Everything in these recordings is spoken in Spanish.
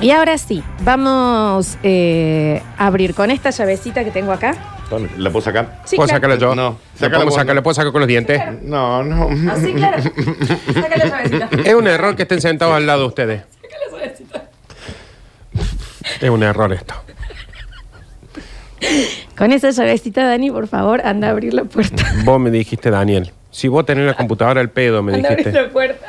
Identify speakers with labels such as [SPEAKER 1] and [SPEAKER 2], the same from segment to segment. [SPEAKER 1] Y ahora sí, vamos eh, a abrir con esta llavecita que tengo acá.
[SPEAKER 2] Dale, ¿La puedo sacar?
[SPEAKER 1] Sí,
[SPEAKER 3] ¿Puedo
[SPEAKER 1] claro.
[SPEAKER 3] sacarla yo?
[SPEAKER 2] No.
[SPEAKER 3] ¿La
[SPEAKER 2] Sacala
[SPEAKER 3] puedo
[SPEAKER 2] vos,
[SPEAKER 3] sacar?
[SPEAKER 2] no.
[SPEAKER 3] ¿La puedo sacar con los dientes?
[SPEAKER 2] No, no.
[SPEAKER 1] Así, Ah, claro. Saca la llavecita.
[SPEAKER 3] Es un error que estén sentados al lado de ustedes. Es un error esto.
[SPEAKER 1] Con esa llavecita, Dani, por favor, anda a abrir la puerta.
[SPEAKER 3] Vos me dijiste, Daniel. Si vos tenés la computadora al pedo, me
[SPEAKER 1] Anda a abrir
[SPEAKER 3] dijiste.
[SPEAKER 1] la puerta.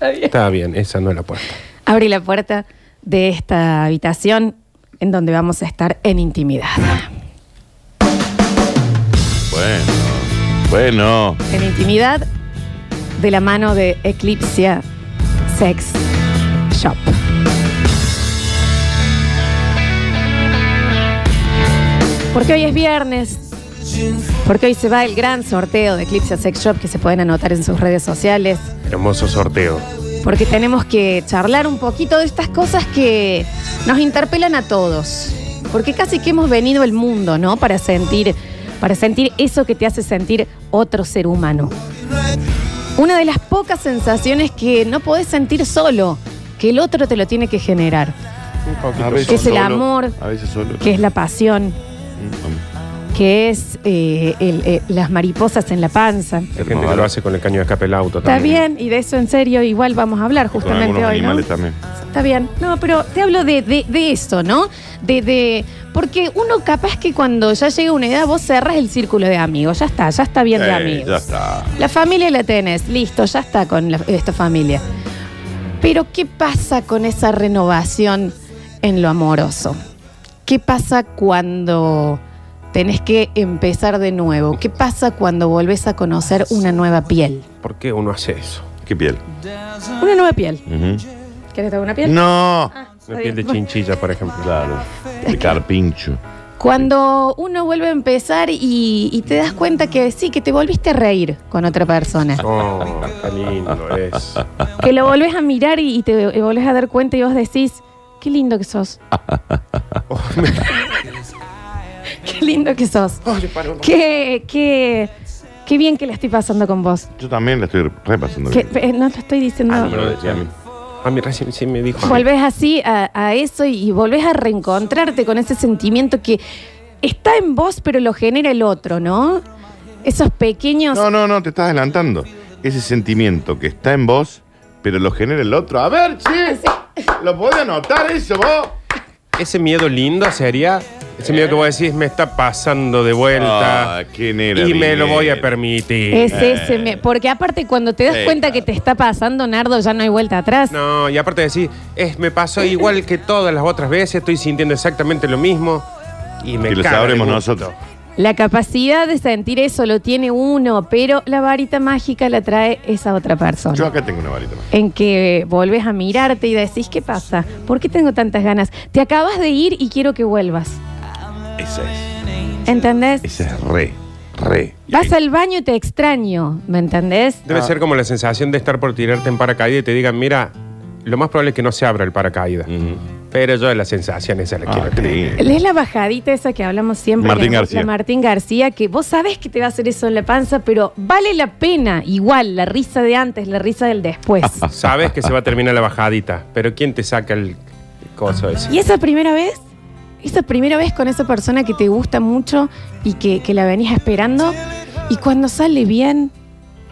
[SPEAKER 1] Está bien.
[SPEAKER 3] Está bien, esa no es la puerta.
[SPEAKER 1] Abrí la puerta de esta habitación en donde vamos a estar en intimidad.
[SPEAKER 2] Bueno. Bueno.
[SPEAKER 1] En intimidad de la mano de Eclipsia Sex Shop. Porque hoy es viernes. Porque hoy se va el gran sorteo de Eclipsia Sex Shop que se pueden anotar en sus redes sociales.
[SPEAKER 3] Hermoso sorteo.
[SPEAKER 1] Porque tenemos que charlar un poquito de estas cosas que nos interpelan a todos. Porque casi que hemos venido el mundo, ¿no? Para sentir, para sentir eso que te hace sentir otro ser humano. Una de las pocas sensaciones que no podés sentir solo, que el otro te lo tiene que generar,
[SPEAKER 3] Un poquito.
[SPEAKER 2] A veces
[SPEAKER 1] Que es el amor.
[SPEAKER 2] A veces solo.
[SPEAKER 1] que es la pasión,
[SPEAKER 2] Mm,
[SPEAKER 1] que es eh, el- eh, las mariposas en la panza.
[SPEAKER 3] Hay gente que lo hace con el caño de escape del auto
[SPEAKER 1] Está
[SPEAKER 3] también.
[SPEAKER 1] bien, y de eso en serio igual vamos a hablar
[SPEAKER 2] Con
[SPEAKER 1] justamente
[SPEAKER 2] algunos
[SPEAKER 1] hoy, ¿no?
[SPEAKER 2] animales también.
[SPEAKER 1] Está bien. No, pero te hablo de, de, de eso, ¿no? De, de. Porque uno capaz que cuando ya llega una edad, vos cerras el círculo de amigos. Ya está, ya está bien de
[SPEAKER 2] Eh,
[SPEAKER 1] amigos.
[SPEAKER 2] ya está.
[SPEAKER 1] La familia la tenés, listo, ya está con la- esta familia. Pero, ¿qué pasa con esa renovación en lo amoroso? ¿Qué pasa cuando tenés que empezar de nuevo? ¿Qué pasa cuando volvés a conocer una nueva piel?
[SPEAKER 3] ¿Por qué uno hace eso?
[SPEAKER 2] ¿Qué piel?
[SPEAKER 1] Una nueva piel.
[SPEAKER 2] Ujú.
[SPEAKER 1] ¿Querés tener una piel? Ah.
[SPEAKER 2] No.
[SPEAKER 3] Una piel de chinchilla, por ejemplo.
[SPEAKER 2] Claro. De carpincho.
[SPEAKER 1] Cuando uno vuelve a empezar y, y te das cuenta que sí, que te volviste a reír con otra persona.
[SPEAKER 3] Oh, qué lindo es.
[SPEAKER 1] Que lo volvés a mirar y, y te volvés a dar cuenta y vos decís, qué lindo que sos. qué lindo que sos. Qué, qué, qué bien que la estoy pasando con vos.
[SPEAKER 2] Yo también la estoy repasando.
[SPEAKER 1] Que,
[SPEAKER 2] bien.
[SPEAKER 1] eh, no te estoy diciendo.
[SPEAKER 2] Ah, no me lo decía a mí.
[SPEAKER 3] A mí recién sí me dijo.
[SPEAKER 1] Volvés así a, a eso y, y volvés a reencontrarte con ese sentimiento que está en vos, pero lo genera el otro, ¿no? Esos pequeños.
[SPEAKER 2] No, no, no, te estás adelantando. Ese sentimiento que está en vos, pero lo genera el otro. A ver, che,
[SPEAKER 1] Ah,
[SPEAKER 2] lo podés anotar eso vos.
[SPEAKER 3] Ese miedo lindo sería. Ese miedo que vos decís me está pasando de vuelta.
[SPEAKER 2] Ah, ¿quién era?
[SPEAKER 3] y me lo
[SPEAKER 2] Bien.
[SPEAKER 3] voy a permitir.
[SPEAKER 1] Es ese, me- porque aparte cuando te das
[SPEAKER 2] Eh, Sí,
[SPEAKER 1] cuenta
[SPEAKER 2] claro.
[SPEAKER 1] que te está pasando, Nardo, ya no hay vuelta atrás.
[SPEAKER 3] No, y aparte decís, es, me pasó igual que todas las otras veces, estoy sintiendo exactamente lo mismo. Y me
[SPEAKER 2] Que lo
[SPEAKER 3] caga de
[SPEAKER 2] sabremos
[SPEAKER 3] gusto.
[SPEAKER 2] nosotros.
[SPEAKER 1] La capacidad de sentir eso lo tiene uno, pero la varita mágica la trae esa otra persona.
[SPEAKER 2] Yo acá tengo una varita más.
[SPEAKER 1] en que volvés a mirarte y decís, ¿qué pasa? ¿Por qué tengo tantas ganas? Te acabas de ir y quiero que vuelvas.
[SPEAKER 2] Esa es.
[SPEAKER 1] ¿Entendés?
[SPEAKER 2] Esa es re, re. Y
[SPEAKER 1] Vas
[SPEAKER 2] ahí-
[SPEAKER 1] al baño y te extraño, ¿me entendés?
[SPEAKER 3] Debe ser como la sensación de estar por tirarte en paracaídas y te digan, mira, lo más probable es que no se abra el paracaídas.
[SPEAKER 2] Ujú.
[SPEAKER 3] Pero yo la sensación esa la
[SPEAKER 2] Mm. Ah,
[SPEAKER 3] quiero
[SPEAKER 2] qué
[SPEAKER 3] tener.
[SPEAKER 2] lindo.
[SPEAKER 1] Es la bajadita esa que hablamos siempre.
[SPEAKER 2] Martín
[SPEAKER 1] la-
[SPEAKER 2] García.
[SPEAKER 1] La Martín García, que vos sabés que te va a hacer eso en la panza, pero vale la pena igual la risa de antes, la risa del después.
[SPEAKER 3] Sabes que se va a terminar la bajadita, pero ¿quién te saca el coso ese?
[SPEAKER 1] y esa primera vez, esa primera vez con esa persona que te gusta mucho y que, que la venís esperando, y cuando sale bien,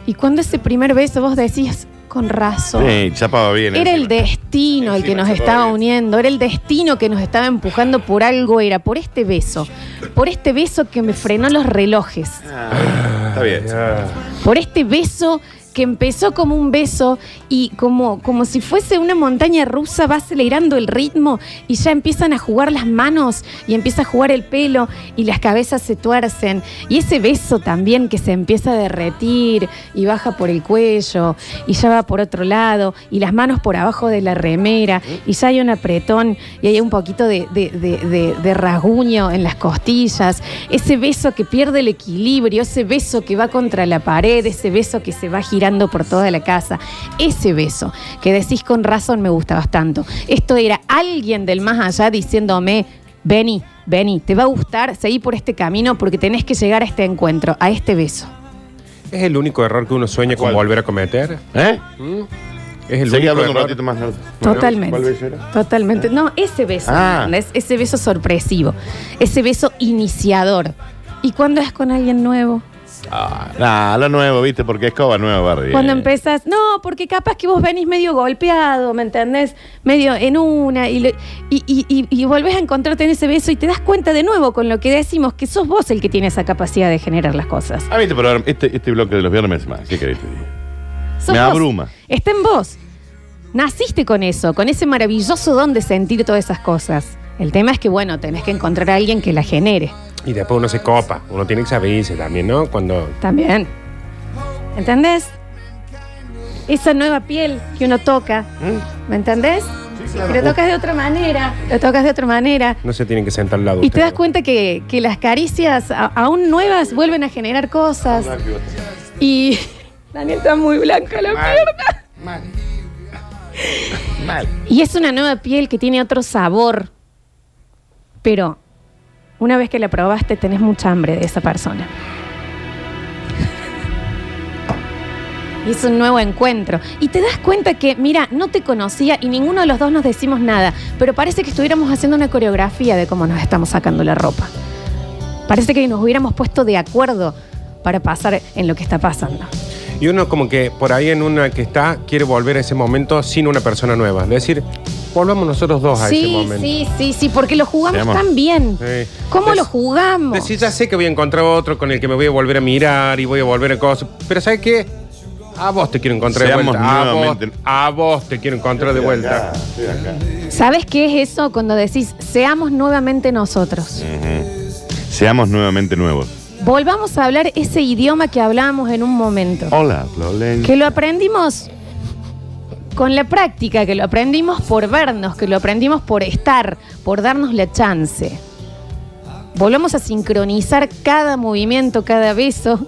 [SPEAKER 1] y cuando ese primer beso vos decís, con razón.
[SPEAKER 2] Sí, chapaba bien.
[SPEAKER 1] Era el
[SPEAKER 2] encima.
[SPEAKER 1] destino el que nos
[SPEAKER 2] Encima se
[SPEAKER 1] estaba
[SPEAKER 2] podría.
[SPEAKER 1] uniendo, era el destino que nos estaba empujando por algo, era por este beso, por este beso que me frenó los relojes,
[SPEAKER 2] Ah, está bien.
[SPEAKER 3] Ah,
[SPEAKER 1] por este beso que empezó como un beso y como, como si fuese una montaña rusa va acelerando el ritmo y ya empiezan a jugar las manos y empieza a jugar el pelo y las cabezas se tuercen y ese beso también que se empieza a derretir y baja por el cuello y ya va por otro lado y las manos por abajo de la remera y ya hay un apretón y hay un poquito de, de- de- de- de rasguño en las costillas, ese beso que pierde el equilibrio, ese beso que va contra la pared, ese beso que se va girando por toda la casa, ese beso que decís con razón me gustabas tanto. Esto era alguien del más allá diciéndome, vení, vení, te va a gustar, seguí por este camino porque tenés que llegar a este encuentro, a este beso.
[SPEAKER 3] ¿Es el único error que uno sueña con
[SPEAKER 2] ¿Cuál?
[SPEAKER 3] volver a cometer?
[SPEAKER 2] ¿Eh?
[SPEAKER 3] Es el
[SPEAKER 2] Seguí
[SPEAKER 3] único
[SPEAKER 2] hablando un
[SPEAKER 3] error.
[SPEAKER 2] ratito más. Nardo.
[SPEAKER 1] Totalmente.
[SPEAKER 2] ¿Cuál beso era?
[SPEAKER 1] Totalmente. No, ese beso,
[SPEAKER 2] Ah.
[SPEAKER 1] ¿entendés? ese beso sorpresivo, ese beso iniciador. ¿Y cuando es con alguien nuevo?
[SPEAKER 2] Ah, nah, lo nuevo, ¿viste? Porque escoba nueva, Barry. Eh.
[SPEAKER 1] Cuando empezás, no, porque capaz que vos venís medio golpeado, ¿me entendés? Medio en una, y, lo- y, y- y- y volvés a encontrarte en ese beso y te das cuenta de nuevo con lo que decimos, que sos vos el que tiene esa capacidad de generar las cosas.
[SPEAKER 2] Ah, viste, pero ahora este, este bloque de los viernes más. ¿Qué querés que te diga?
[SPEAKER 1] Sos
[SPEAKER 2] Me
[SPEAKER 1] vos.
[SPEAKER 2] abruma.
[SPEAKER 1] Está en vos. Naciste con eso, con ese maravilloso don de sentir todas esas cosas. El tema es que, bueno, tenés que encontrar a alguien que la genere
[SPEAKER 3] Y después uno se copa. Uno tiene que saberse también, ¿no? Cuando.
[SPEAKER 1] también. ¿Entendés? Esa nueva piel que uno toca,
[SPEAKER 2] ¿Mm?
[SPEAKER 1] ¿me entendés? Lo tocas de otra manera, lo tocas de otra manera.
[SPEAKER 3] No se tienen que sentar al lado.
[SPEAKER 1] Y te das
[SPEAKER 3] ustedes.
[SPEAKER 1] cuenta que, que las caricias a- aún nuevas vuelven a generar cosas. Y Daniel está muy blanca la pierna.
[SPEAKER 2] Mal. Mal.
[SPEAKER 1] Y es una nueva piel que tiene otro sabor. Pero una vez que la probaste tenés mucha hambre de esa persona. Y es un nuevo encuentro. Y te das cuenta que, mira, no te conocía y ninguno de los dos nos decimos nada, pero parece que estuviéramos haciendo una coreografía de cómo nos estamos sacando la ropa. Parece que nos hubiéramos puesto de acuerdo para pasar en lo que está pasando.
[SPEAKER 3] Y uno como que por ahí en una que está quiere volver a ese momento sin una persona nueva. Es decir, volvamos nosotros dos a ese
[SPEAKER 1] Sí,
[SPEAKER 3] momento.
[SPEAKER 1] sí, sí, sí, porque lo jugamos
[SPEAKER 2] Digamos.
[SPEAKER 1] tan bien.
[SPEAKER 3] Sí.
[SPEAKER 1] ¿Cómo
[SPEAKER 3] Dec-
[SPEAKER 1] lo jugamos?
[SPEAKER 3] Decir, ya sé que voy a encontrar otro con el que me voy a volver a mirar y voy a volver a cosas. Pero ¿sabes qué? A vos te quiero encontrar
[SPEAKER 2] Seamos
[SPEAKER 3] de vuelta. A vos,
[SPEAKER 2] nuevamente-
[SPEAKER 3] a vos te quiero encontrar de vuelta.
[SPEAKER 2] Estoy acá.
[SPEAKER 1] ¿Sabes qué es eso cuando decís seamos nuevamente nosotros?
[SPEAKER 2] Seamos nuevamente nuevos.
[SPEAKER 1] Volvamos a hablar ese idioma que hablábamos en un momento.
[SPEAKER 2] Hola, Florencia.
[SPEAKER 1] Que lo aprendimos con la práctica, que lo aprendimos por vernos, que lo aprendimos por estar, por darnos la chance. Volvamos a sincronizar cada movimiento, cada beso.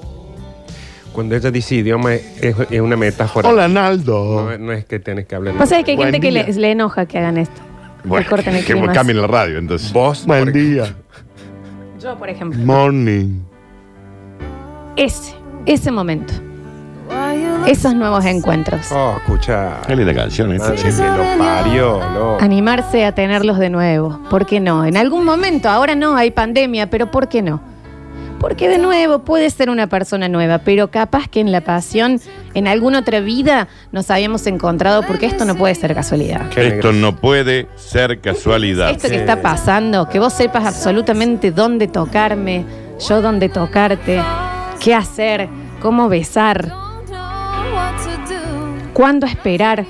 [SPEAKER 3] Cuando ella dice idioma es, es una metáfora.
[SPEAKER 2] Hola, Naldo.
[SPEAKER 3] No, no es que tenés que hablar.
[SPEAKER 1] Pasa que hay
[SPEAKER 2] Buen
[SPEAKER 1] gente que
[SPEAKER 2] día.
[SPEAKER 1] le, le enoja que hagan esto.
[SPEAKER 2] Bueno,
[SPEAKER 1] que corten el
[SPEAKER 2] que
[SPEAKER 1] clima.
[SPEAKER 2] cambien la radio, entonces.
[SPEAKER 3] Vos, por-
[SPEAKER 2] día.
[SPEAKER 1] Yo, por ejemplo.
[SPEAKER 2] Morning.
[SPEAKER 1] Ese, ese momento. Esos nuevos encuentros.
[SPEAKER 3] Oh, escucha.
[SPEAKER 2] Qué linda canción, ¿eh?
[SPEAKER 3] Madre que lo parió, no.
[SPEAKER 1] Animarse a tenerlos de nuevo. ¿Por qué no? En algún momento, ahora no, hay pandemia, pero ¿por qué no? Porque de nuevo puede ser una persona nueva, pero capaz que en la pasión, en alguna otra vida, nos habíamos encontrado, porque esto no puede ser casualidad.
[SPEAKER 3] Qué
[SPEAKER 2] Esto
[SPEAKER 3] negra.
[SPEAKER 2] no puede ser casualidad.
[SPEAKER 1] Esto que está pasando, que vos sepas absolutamente dónde tocarme, yo dónde tocarte, qué hacer, cómo besar, cuándo esperar.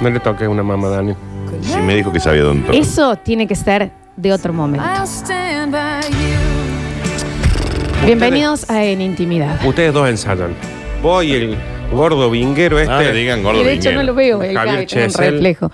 [SPEAKER 3] No le toques una mamá, Dani.
[SPEAKER 2] Sí, me dijo que sabía dónde tocar.
[SPEAKER 1] Eso tiene que ser de otro momento.
[SPEAKER 4] I'll stand by you.
[SPEAKER 1] Bienvenidos a En Intimidad.
[SPEAKER 3] Ustedes dos ensayan. Vos y el gordo vinguero este.
[SPEAKER 2] No le digan gordo
[SPEAKER 1] Y de hecho no
[SPEAKER 2] vinguero.
[SPEAKER 1] lo veo, el
[SPEAKER 3] Javier
[SPEAKER 1] Gaby tiene un
[SPEAKER 3] Chesel.
[SPEAKER 1] reflejo.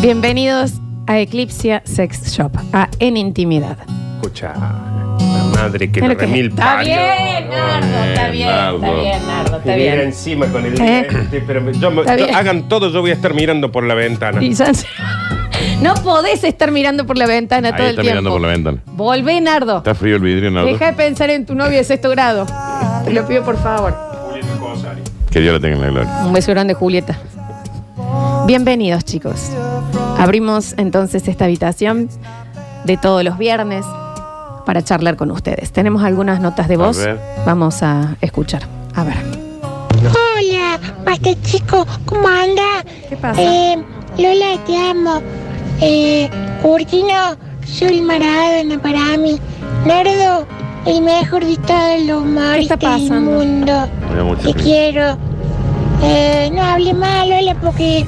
[SPEAKER 1] Bienvenidos a Eclipsia Sex Shop, a En Intimidad.
[SPEAKER 3] Escucha. La madre que
[SPEAKER 1] Mira
[SPEAKER 3] lo
[SPEAKER 1] lo que es.
[SPEAKER 3] remil
[SPEAKER 1] Está
[SPEAKER 3] parió.
[SPEAKER 1] bien, Nardo, está
[SPEAKER 2] Bien,
[SPEAKER 1] bien, está
[SPEAKER 2] Nardo.
[SPEAKER 1] bien, Nardo, está
[SPEAKER 3] Y mira
[SPEAKER 1] bien.
[SPEAKER 3] encima con el
[SPEAKER 1] Eh.
[SPEAKER 3] este, pero me- yo me-
[SPEAKER 1] Está
[SPEAKER 3] yo-
[SPEAKER 1] bien.
[SPEAKER 3] hagan todo, yo voy a estar mirando por la ventana.
[SPEAKER 1] Y ya- No podés estar mirando por la ventana
[SPEAKER 2] Ahí
[SPEAKER 1] todo el
[SPEAKER 2] está
[SPEAKER 1] tiempo.
[SPEAKER 2] mirando por la ventana.
[SPEAKER 1] Volvé, Nardo.
[SPEAKER 2] Está frío el vidrio, Nardo.
[SPEAKER 1] Deja de pensar en tu novia de sexto grado. Te lo pido por favor.
[SPEAKER 2] Que Dios lo tenga en la gloria.
[SPEAKER 1] Un beso grande, Julieta. Bienvenidos, chicos. Abrimos entonces esta habitación de todos los viernes para charlar con ustedes. Tenemos algunas notas de voz.
[SPEAKER 2] ver.
[SPEAKER 1] Vamos a escuchar. A ver.
[SPEAKER 5] Hola, Master Chico, ¿cómo anda?
[SPEAKER 1] ¿Qué pasa?
[SPEAKER 5] Eh, Lola, te amo. Eh, Curtino, soy Maradona para mí. Nardo, el mejor de todos los
[SPEAKER 1] está
[SPEAKER 5] humoristas del
[SPEAKER 1] pasando?
[SPEAKER 5] mundo.
[SPEAKER 2] Me da mucho
[SPEAKER 5] Te
[SPEAKER 2] frío.
[SPEAKER 5] quiero. Eh, no hable mal, Lola, porque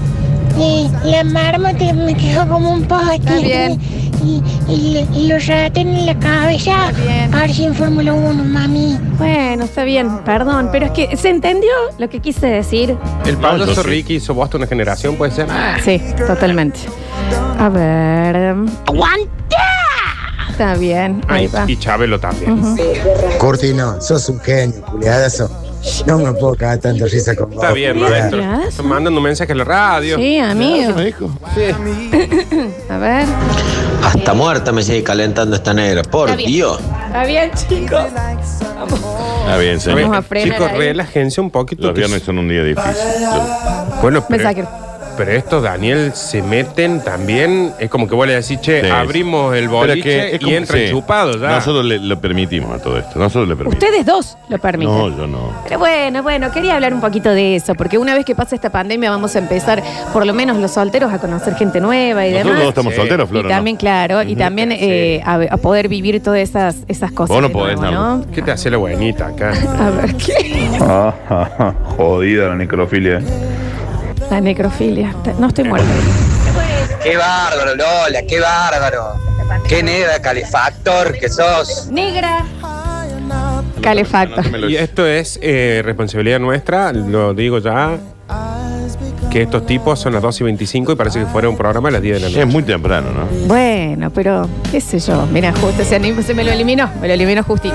[SPEAKER 5] eh, la marmota me quejó como un poste.
[SPEAKER 1] Está bien.
[SPEAKER 5] Y, y- y los ratones en la cabeza.
[SPEAKER 1] bien.
[SPEAKER 5] Ahora sí en Fórmula 1, mami.
[SPEAKER 1] Bueno, está bien, perdón, pero es que se entendió lo que quise decir.
[SPEAKER 3] El Pablo
[SPEAKER 2] yo sí.
[SPEAKER 3] Ricky hizo Boston una generación, puede ser.
[SPEAKER 1] Sí, totalmente. A ver. Está bien, ahí
[SPEAKER 3] Ay,
[SPEAKER 1] va.
[SPEAKER 3] y Chabelo también.
[SPEAKER 6] Cortino, sos un genio, culiadazo. No me puedo cagar tanta risa con vos.
[SPEAKER 3] Está bien,
[SPEAKER 1] Bien,
[SPEAKER 3] maestro.
[SPEAKER 1] gracias.
[SPEAKER 3] Están mandando mensajes a la radio.
[SPEAKER 1] Sí, amigo.
[SPEAKER 2] Me dijo.
[SPEAKER 1] A ver.
[SPEAKER 7] Hasta muerta me sigue calentando esta negra, por
[SPEAKER 1] Eh, Está bien.
[SPEAKER 7] Dios.
[SPEAKER 1] Está bien, chicos.
[SPEAKER 2] Está bien,
[SPEAKER 1] Vamos
[SPEAKER 2] señor.
[SPEAKER 1] a frenar
[SPEAKER 3] Chicos,
[SPEAKER 1] ahí.
[SPEAKER 3] relájense un poquito.
[SPEAKER 2] Los
[SPEAKER 3] que-
[SPEAKER 2] viernes son un día difícil.
[SPEAKER 3] Bueno,
[SPEAKER 1] Me
[SPEAKER 3] pero,
[SPEAKER 1] saqué.
[SPEAKER 3] pero esto, Daniel, se meten también. Es como que vos le decís, che,
[SPEAKER 2] Sí.
[SPEAKER 3] abrimos el
[SPEAKER 2] Pero
[SPEAKER 3] boliche
[SPEAKER 2] que es
[SPEAKER 3] y
[SPEAKER 2] como-
[SPEAKER 3] entran ¿ah?
[SPEAKER 2] sí.
[SPEAKER 3] chupados ya.
[SPEAKER 2] Nosotros le, lo permitimos a todo esto. Nosotros le permitimos.
[SPEAKER 1] Ustedes dos lo permiten.
[SPEAKER 2] No, yo no.
[SPEAKER 1] Pero bueno, bueno, quería hablar un poquito de eso, porque una vez que pase esta pandemia vamos a empezar, por lo menos los solteros, a conocer gente nueva y
[SPEAKER 2] Nosotros todos
[SPEAKER 1] demás.
[SPEAKER 2] estamos
[SPEAKER 3] Sí.
[SPEAKER 2] solteros, Flora.
[SPEAKER 1] y también, claro, y también
[SPEAKER 3] Sí.
[SPEAKER 1] eh, a, a poder vivir todas esas, esas cosas.
[SPEAKER 2] Vos no
[SPEAKER 1] de
[SPEAKER 2] podés,
[SPEAKER 1] nuevo,
[SPEAKER 2] no.
[SPEAKER 1] ¿no?
[SPEAKER 3] ¿Qué te hace la buenita acá?
[SPEAKER 1] A ver, ¿qué?
[SPEAKER 7] Ah, ah, ah, jodida la necrofilia.
[SPEAKER 1] La necrofilia. No estoy muerta.
[SPEAKER 8] Qué bárbaro, Lola, qué bárbaro. Qué negra calefactor que sos.
[SPEAKER 1] Negra.
[SPEAKER 2] No,
[SPEAKER 1] Calefacto.
[SPEAKER 2] no, no me lo-
[SPEAKER 3] Y esto es eh, responsabilidad nuestra, lo digo ya, que estos tipos son las 12 y 25 y parece que fuera un programa a las 10 de la
[SPEAKER 2] Es
[SPEAKER 3] noche.
[SPEAKER 2] muy temprano, ¿no?
[SPEAKER 1] Bueno, pero qué sé yo. Mira, justo se, animó- se me lo eliminó. Me lo eliminó justito.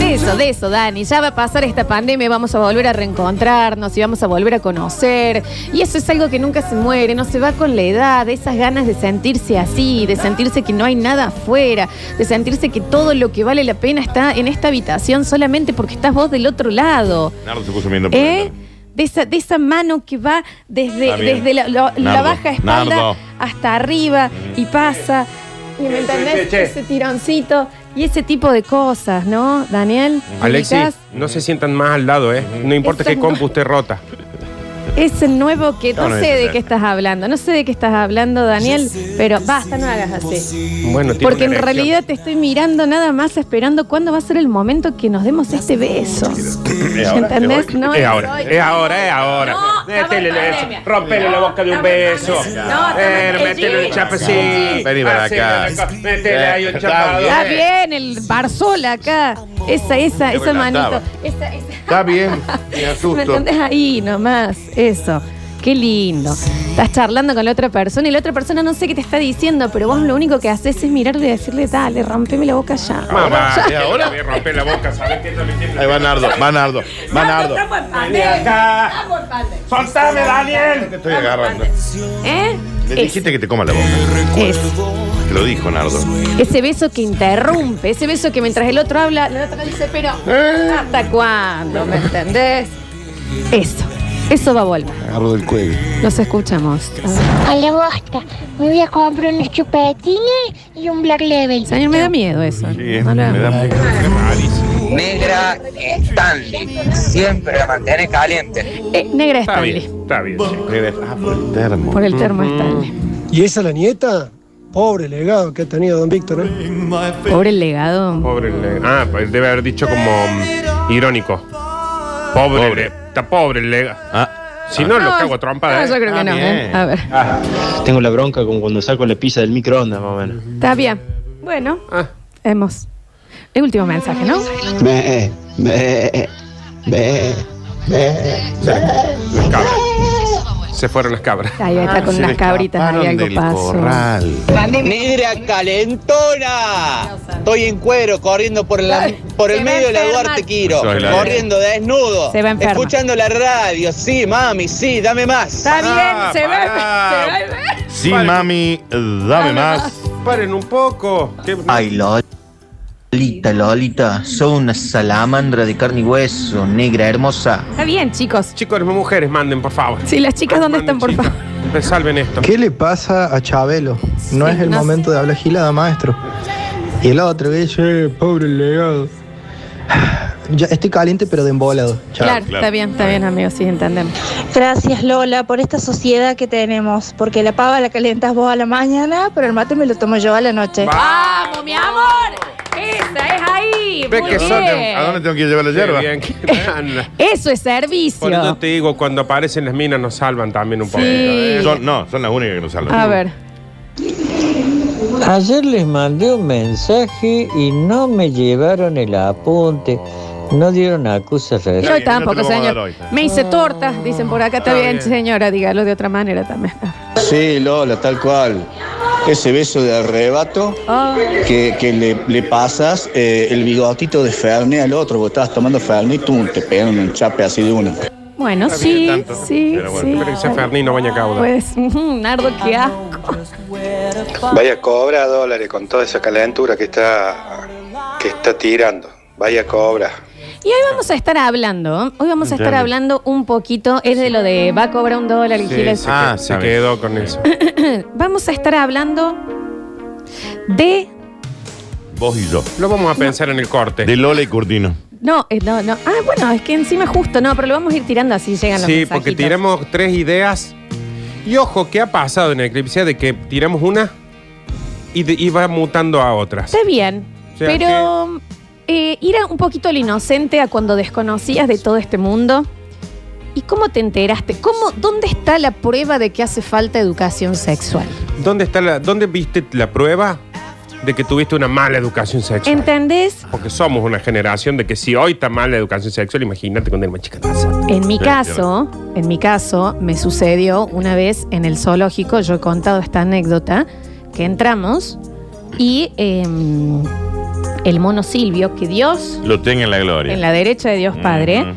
[SPEAKER 1] De eso, de eso, Dani. Ya va a pasar esta pandemia y vamos a volver a reencontrarnos y vamos a volver a conocer. Y eso es algo que nunca se muere, no se va con la edad. Esas ganas de sentirse así, de sentirse que no hay nada afuera, de sentirse que todo lo que vale la pena está en esta habitación solamente porque estás vos del otro lado.
[SPEAKER 2] Nardo se puso viendo.
[SPEAKER 1] ¿Eh? De esa, de esa mano que va desde,
[SPEAKER 2] Está bien.
[SPEAKER 1] desde la, la- la
[SPEAKER 2] Nardo,
[SPEAKER 1] baja espalda
[SPEAKER 2] Nardo.
[SPEAKER 1] hasta arriba y pasa. ¿Y me entendés?
[SPEAKER 3] che.
[SPEAKER 1] Ese tironcito y ese tipo de cosas, ¿no, Daniel?
[SPEAKER 3] Alexis,
[SPEAKER 1] ¿Ubicás?
[SPEAKER 3] no se sientan más al lado, ¿eh? No importa
[SPEAKER 1] Eso
[SPEAKER 3] qué
[SPEAKER 1] no.
[SPEAKER 3] compu esté rota.
[SPEAKER 1] Es el nuevo que no,
[SPEAKER 2] No, no
[SPEAKER 1] sé
[SPEAKER 2] es
[SPEAKER 1] de
[SPEAKER 2] ese.
[SPEAKER 1] qué estás hablando, no sé de qué estás hablando, Daniel, pero basta, no hagas así.
[SPEAKER 3] Bueno, tiene
[SPEAKER 1] Porque en
[SPEAKER 3] una erección.
[SPEAKER 1] realidad te estoy mirando nada más esperando cuándo va a ser el momento que nos demos este beso.
[SPEAKER 2] Es ahora,
[SPEAKER 1] ¿Entendés?
[SPEAKER 2] es hoy.
[SPEAKER 3] Es
[SPEAKER 1] es
[SPEAKER 3] ahora,
[SPEAKER 1] hoy.
[SPEAKER 3] es ahora, es ahora.
[SPEAKER 1] No,
[SPEAKER 3] Métele
[SPEAKER 1] estamos en
[SPEAKER 3] eso,
[SPEAKER 1] pandemia.
[SPEAKER 3] rompele la boca de un beso.
[SPEAKER 1] estamos en
[SPEAKER 3] Eh,
[SPEAKER 1] pandemia.
[SPEAKER 3] métele el chapecito.
[SPEAKER 2] Vení para
[SPEAKER 3] hacele
[SPEAKER 2] acá.
[SPEAKER 3] la co- Métele ahí un
[SPEAKER 2] Está
[SPEAKER 3] chapado.
[SPEAKER 1] Está bien, el Barzola acá. Esa, esa,
[SPEAKER 2] Yo me
[SPEAKER 1] esa manito.
[SPEAKER 2] encantaba.
[SPEAKER 1] Esa, esa.
[SPEAKER 2] Está bien. Me
[SPEAKER 1] ¿Me
[SPEAKER 2] asusto.
[SPEAKER 1] entendés? Ahí nomás. Eso. Qué lindo. Estás charlando con la otra persona y la otra persona no sé qué te está diciendo, pero vos lo único que haces es mirarle y decirle, dale, rompeme la boca ya.
[SPEAKER 3] Mamá,
[SPEAKER 2] ¿Y ahora?
[SPEAKER 3] ahora romper la boca, ¿sabes qué? También tiene-
[SPEAKER 2] Ahí va Nardo, va Nardo, va Nardo.
[SPEAKER 3] Vení acá. ¡Soltame, Daniel!
[SPEAKER 2] Estoy agarrando.
[SPEAKER 1] ¿Eh?
[SPEAKER 2] Le
[SPEAKER 1] Es-
[SPEAKER 2] dijiste que te coma la boca.
[SPEAKER 1] es-
[SPEAKER 2] Te lo dijo Nardo.
[SPEAKER 1] ese beso que interrumpe, ese beso que mientras el otro habla, el otro dice, pero
[SPEAKER 2] Eh".
[SPEAKER 1] ¿hasta cuándo? ¿Me entendés? Eso. Eso va a volver.
[SPEAKER 2] Nardo del cuello.
[SPEAKER 1] Nos escuchamos. A ver.
[SPEAKER 5] Hola, bosta. Me voy a comprar unos chupetines y un Black Label.
[SPEAKER 1] Señor, me da miedo eso.
[SPEAKER 2] Sí, es-
[SPEAKER 1] No
[SPEAKER 2] me
[SPEAKER 1] lo hago.
[SPEAKER 2] da mucho.
[SPEAKER 8] Negra Stanley. Siempre la mantienes caliente.
[SPEAKER 1] Eh, negra
[SPEAKER 3] Está
[SPEAKER 1] Stanley.
[SPEAKER 3] bien, está bien. sí.
[SPEAKER 2] Ah, por el termo.
[SPEAKER 1] Por el termo Stanley.
[SPEAKER 9] ¿Y esa la nieta? Pobre legado que ha tenido don Víctor. ¿eh?
[SPEAKER 1] Pobre el legado.
[SPEAKER 3] Pobre el legado. Ah, pues debe haber dicho como mm, irónico. Pobre,
[SPEAKER 2] Pobre.
[SPEAKER 3] le- Está pobre el legado.
[SPEAKER 2] Ah,
[SPEAKER 3] Si no, lo cago a
[SPEAKER 1] No,
[SPEAKER 3] trompada.
[SPEAKER 1] yo
[SPEAKER 3] ¿eh?
[SPEAKER 1] creo que
[SPEAKER 2] Ah,
[SPEAKER 1] no.
[SPEAKER 2] bien.
[SPEAKER 1] eh. A ver.
[SPEAKER 10] Tengo la bronca con cuando saco la pizza del microondas, más o menos.
[SPEAKER 1] Está bien. Bueno,
[SPEAKER 3] Ah.
[SPEAKER 1] hemos. El último mensaje, ¿no?
[SPEAKER 10] Me,
[SPEAKER 7] Eh,
[SPEAKER 10] me, me,
[SPEAKER 3] Las cabras. Se fueron las cabras.
[SPEAKER 1] Ahí está con
[SPEAKER 2] se
[SPEAKER 1] unas
[SPEAKER 2] me
[SPEAKER 1] cabritas. Ahí
[SPEAKER 2] escaparon
[SPEAKER 1] algo
[SPEAKER 2] del
[SPEAKER 1] pasó.
[SPEAKER 2] corral.
[SPEAKER 8] Negra calentona. Ah, Estoy en cuero corriendo por, la, por
[SPEAKER 1] Se
[SPEAKER 8] el
[SPEAKER 1] va a
[SPEAKER 8] medio de la
[SPEAKER 1] enfermar.
[SPEAKER 8] Duarte Quiro.
[SPEAKER 2] Soy la-
[SPEAKER 8] Corriendo desnudo.
[SPEAKER 1] Se va a enfermar.
[SPEAKER 8] Escuchando la radio. Sí, mami, sí, dame más.
[SPEAKER 1] Está bien,
[SPEAKER 3] Ah,
[SPEAKER 1] se ve.
[SPEAKER 3] pará.
[SPEAKER 1] Se ve.
[SPEAKER 2] Sí,
[SPEAKER 3] Vale.
[SPEAKER 2] mami, dame más.
[SPEAKER 3] Paren un poco. ¿Qué-
[SPEAKER 10] Ay, Lolita, Lolita, soy una salamandra de carne y hueso, negra hermosa.
[SPEAKER 1] Está bien, chicos.
[SPEAKER 3] Chicos, las mujeres, manden, por favor.
[SPEAKER 1] Sí, las chicas, ¿dónde
[SPEAKER 3] Manden,
[SPEAKER 1] están, por
[SPEAKER 3] chicas.
[SPEAKER 1] favor?
[SPEAKER 3] Me Salven esto.
[SPEAKER 9] ¿Qué le pasa a Chabelo? No
[SPEAKER 1] Sí,
[SPEAKER 9] es el
[SPEAKER 1] no
[SPEAKER 9] momento de hablar gilada, maestro. Y el otro que dice, "Eh, pobre legado. Ya estoy caliente pero de embolado. Chao.
[SPEAKER 1] Claro,
[SPEAKER 2] claro.
[SPEAKER 1] está bien, está bien, amigos. Sí, entendemos.
[SPEAKER 11] Gracias Lola por esta sociedad que tenemos, porque la pava la calentas vos a la mañana, pero el mate me lo tomo yo a la noche.
[SPEAKER 1] ¡Vamos, mi amor! ¡Esa es ahí!
[SPEAKER 3] Ve
[SPEAKER 1] Muy
[SPEAKER 3] que son-
[SPEAKER 1] bien.
[SPEAKER 2] ¿A dónde tengo que llevar la
[SPEAKER 3] Qué
[SPEAKER 2] hierba?
[SPEAKER 3] bien que están.
[SPEAKER 1] Eso es
[SPEAKER 3] Por eso
[SPEAKER 1] servicio.
[SPEAKER 3] te digo, cuando aparecen las minas nos salvan también un poquito. ¿eh?
[SPEAKER 2] Son, no, son las únicas que nos salvan.
[SPEAKER 1] A ver.
[SPEAKER 8] Ayer les mandé un mensaje y no me llevaron el apunte. No dieron acusas
[SPEAKER 1] Yo
[SPEAKER 2] Está bien,
[SPEAKER 1] tampoco,
[SPEAKER 2] no te lo vamos a
[SPEAKER 1] señor.
[SPEAKER 2] dar hoy.
[SPEAKER 1] Me hice tortas, dicen por acá. Está,
[SPEAKER 3] Está
[SPEAKER 1] bien,
[SPEAKER 3] bien.
[SPEAKER 1] señora, dígalo de otra manera también.
[SPEAKER 10] Sí, Lola, tal cual. Ese beso de arrebato
[SPEAKER 1] Ah.
[SPEAKER 10] Eh, que, que le, le pasas eh, el bigotito de Fernet al otro, porque estabas tomando Fernet y tú te pegan un chape así de una.
[SPEAKER 1] Bueno,
[SPEAKER 2] Está bien,
[SPEAKER 1] sí,
[SPEAKER 2] tanto.
[SPEAKER 1] sí,
[SPEAKER 2] Pero bueno,
[SPEAKER 3] Espero que
[SPEAKER 1] sí.
[SPEAKER 3] sea Ferni y no baña cauda.
[SPEAKER 1] Pues, ujú, Nardo, qué asco.
[SPEAKER 7] Vaya cobra dólares con toda esa calentura que está
[SPEAKER 12] que está tirando. Vaya cobra.
[SPEAKER 1] Y hoy vamos a estar hablando, hoy vamos a estar
[SPEAKER 3] Entiendo.
[SPEAKER 1] hablando un poquito, es de lo de va a cobrar un dólar el gil ese.
[SPEAKER 3] ah, se quedó con eso.
[SPEAKER 1] Vamos a estar hablando de.
[SPEAKER 2] Vos y yo.
[SPEAKER 3] Lo vamos a pensar en el corte.
[SPEAKER 2] De Lola y Curtino.
[SPEAKER 1] No, eh, no, no. Ah, bueno, es que encima justo, no, pero lo vamos a ir tirando así llegan los
[SPEAKER 3] Sí, porque
[SPEAKER 1] mensajitos.
[SPEAKER 3] tiramos tres ideas. Y ojo, ¿qué ha pasado en Eclipse? De que tiramos una y, de- y va mutando a otras.
[SPEAKER 1] Está bien,
[SPEAKER 3] O sea
[SPEAKER 1] pero eh, ir a un poquito al inocente a cuando desconocías de todo este mundo. ¿Y cómo te enteraste? ¿Cómo, ¿Dónde está la prueba de que hace falta educación sexual?
[SPEAKER 3] ¿Dónde, está la, ¿Dónde viste la prueba de que tuviste una mala educación sexual?
[SPEAKER 1] ¿Entendés?
[SPEAKER 3] Porque somos una generación de que si hoy está mal la educación sexual, imagínate cuando era más chica.
[SPEAKER 1] En mi caso, en mi caso, me sucedió una vez en el zoológico, yo he contado esta anécdota, que entramos y em, el mono Silvio, que Dios,
[SPEAKER 2] Lo tenga en la gloria.
[SPEAKER 1] en la derecha de Dios Padre,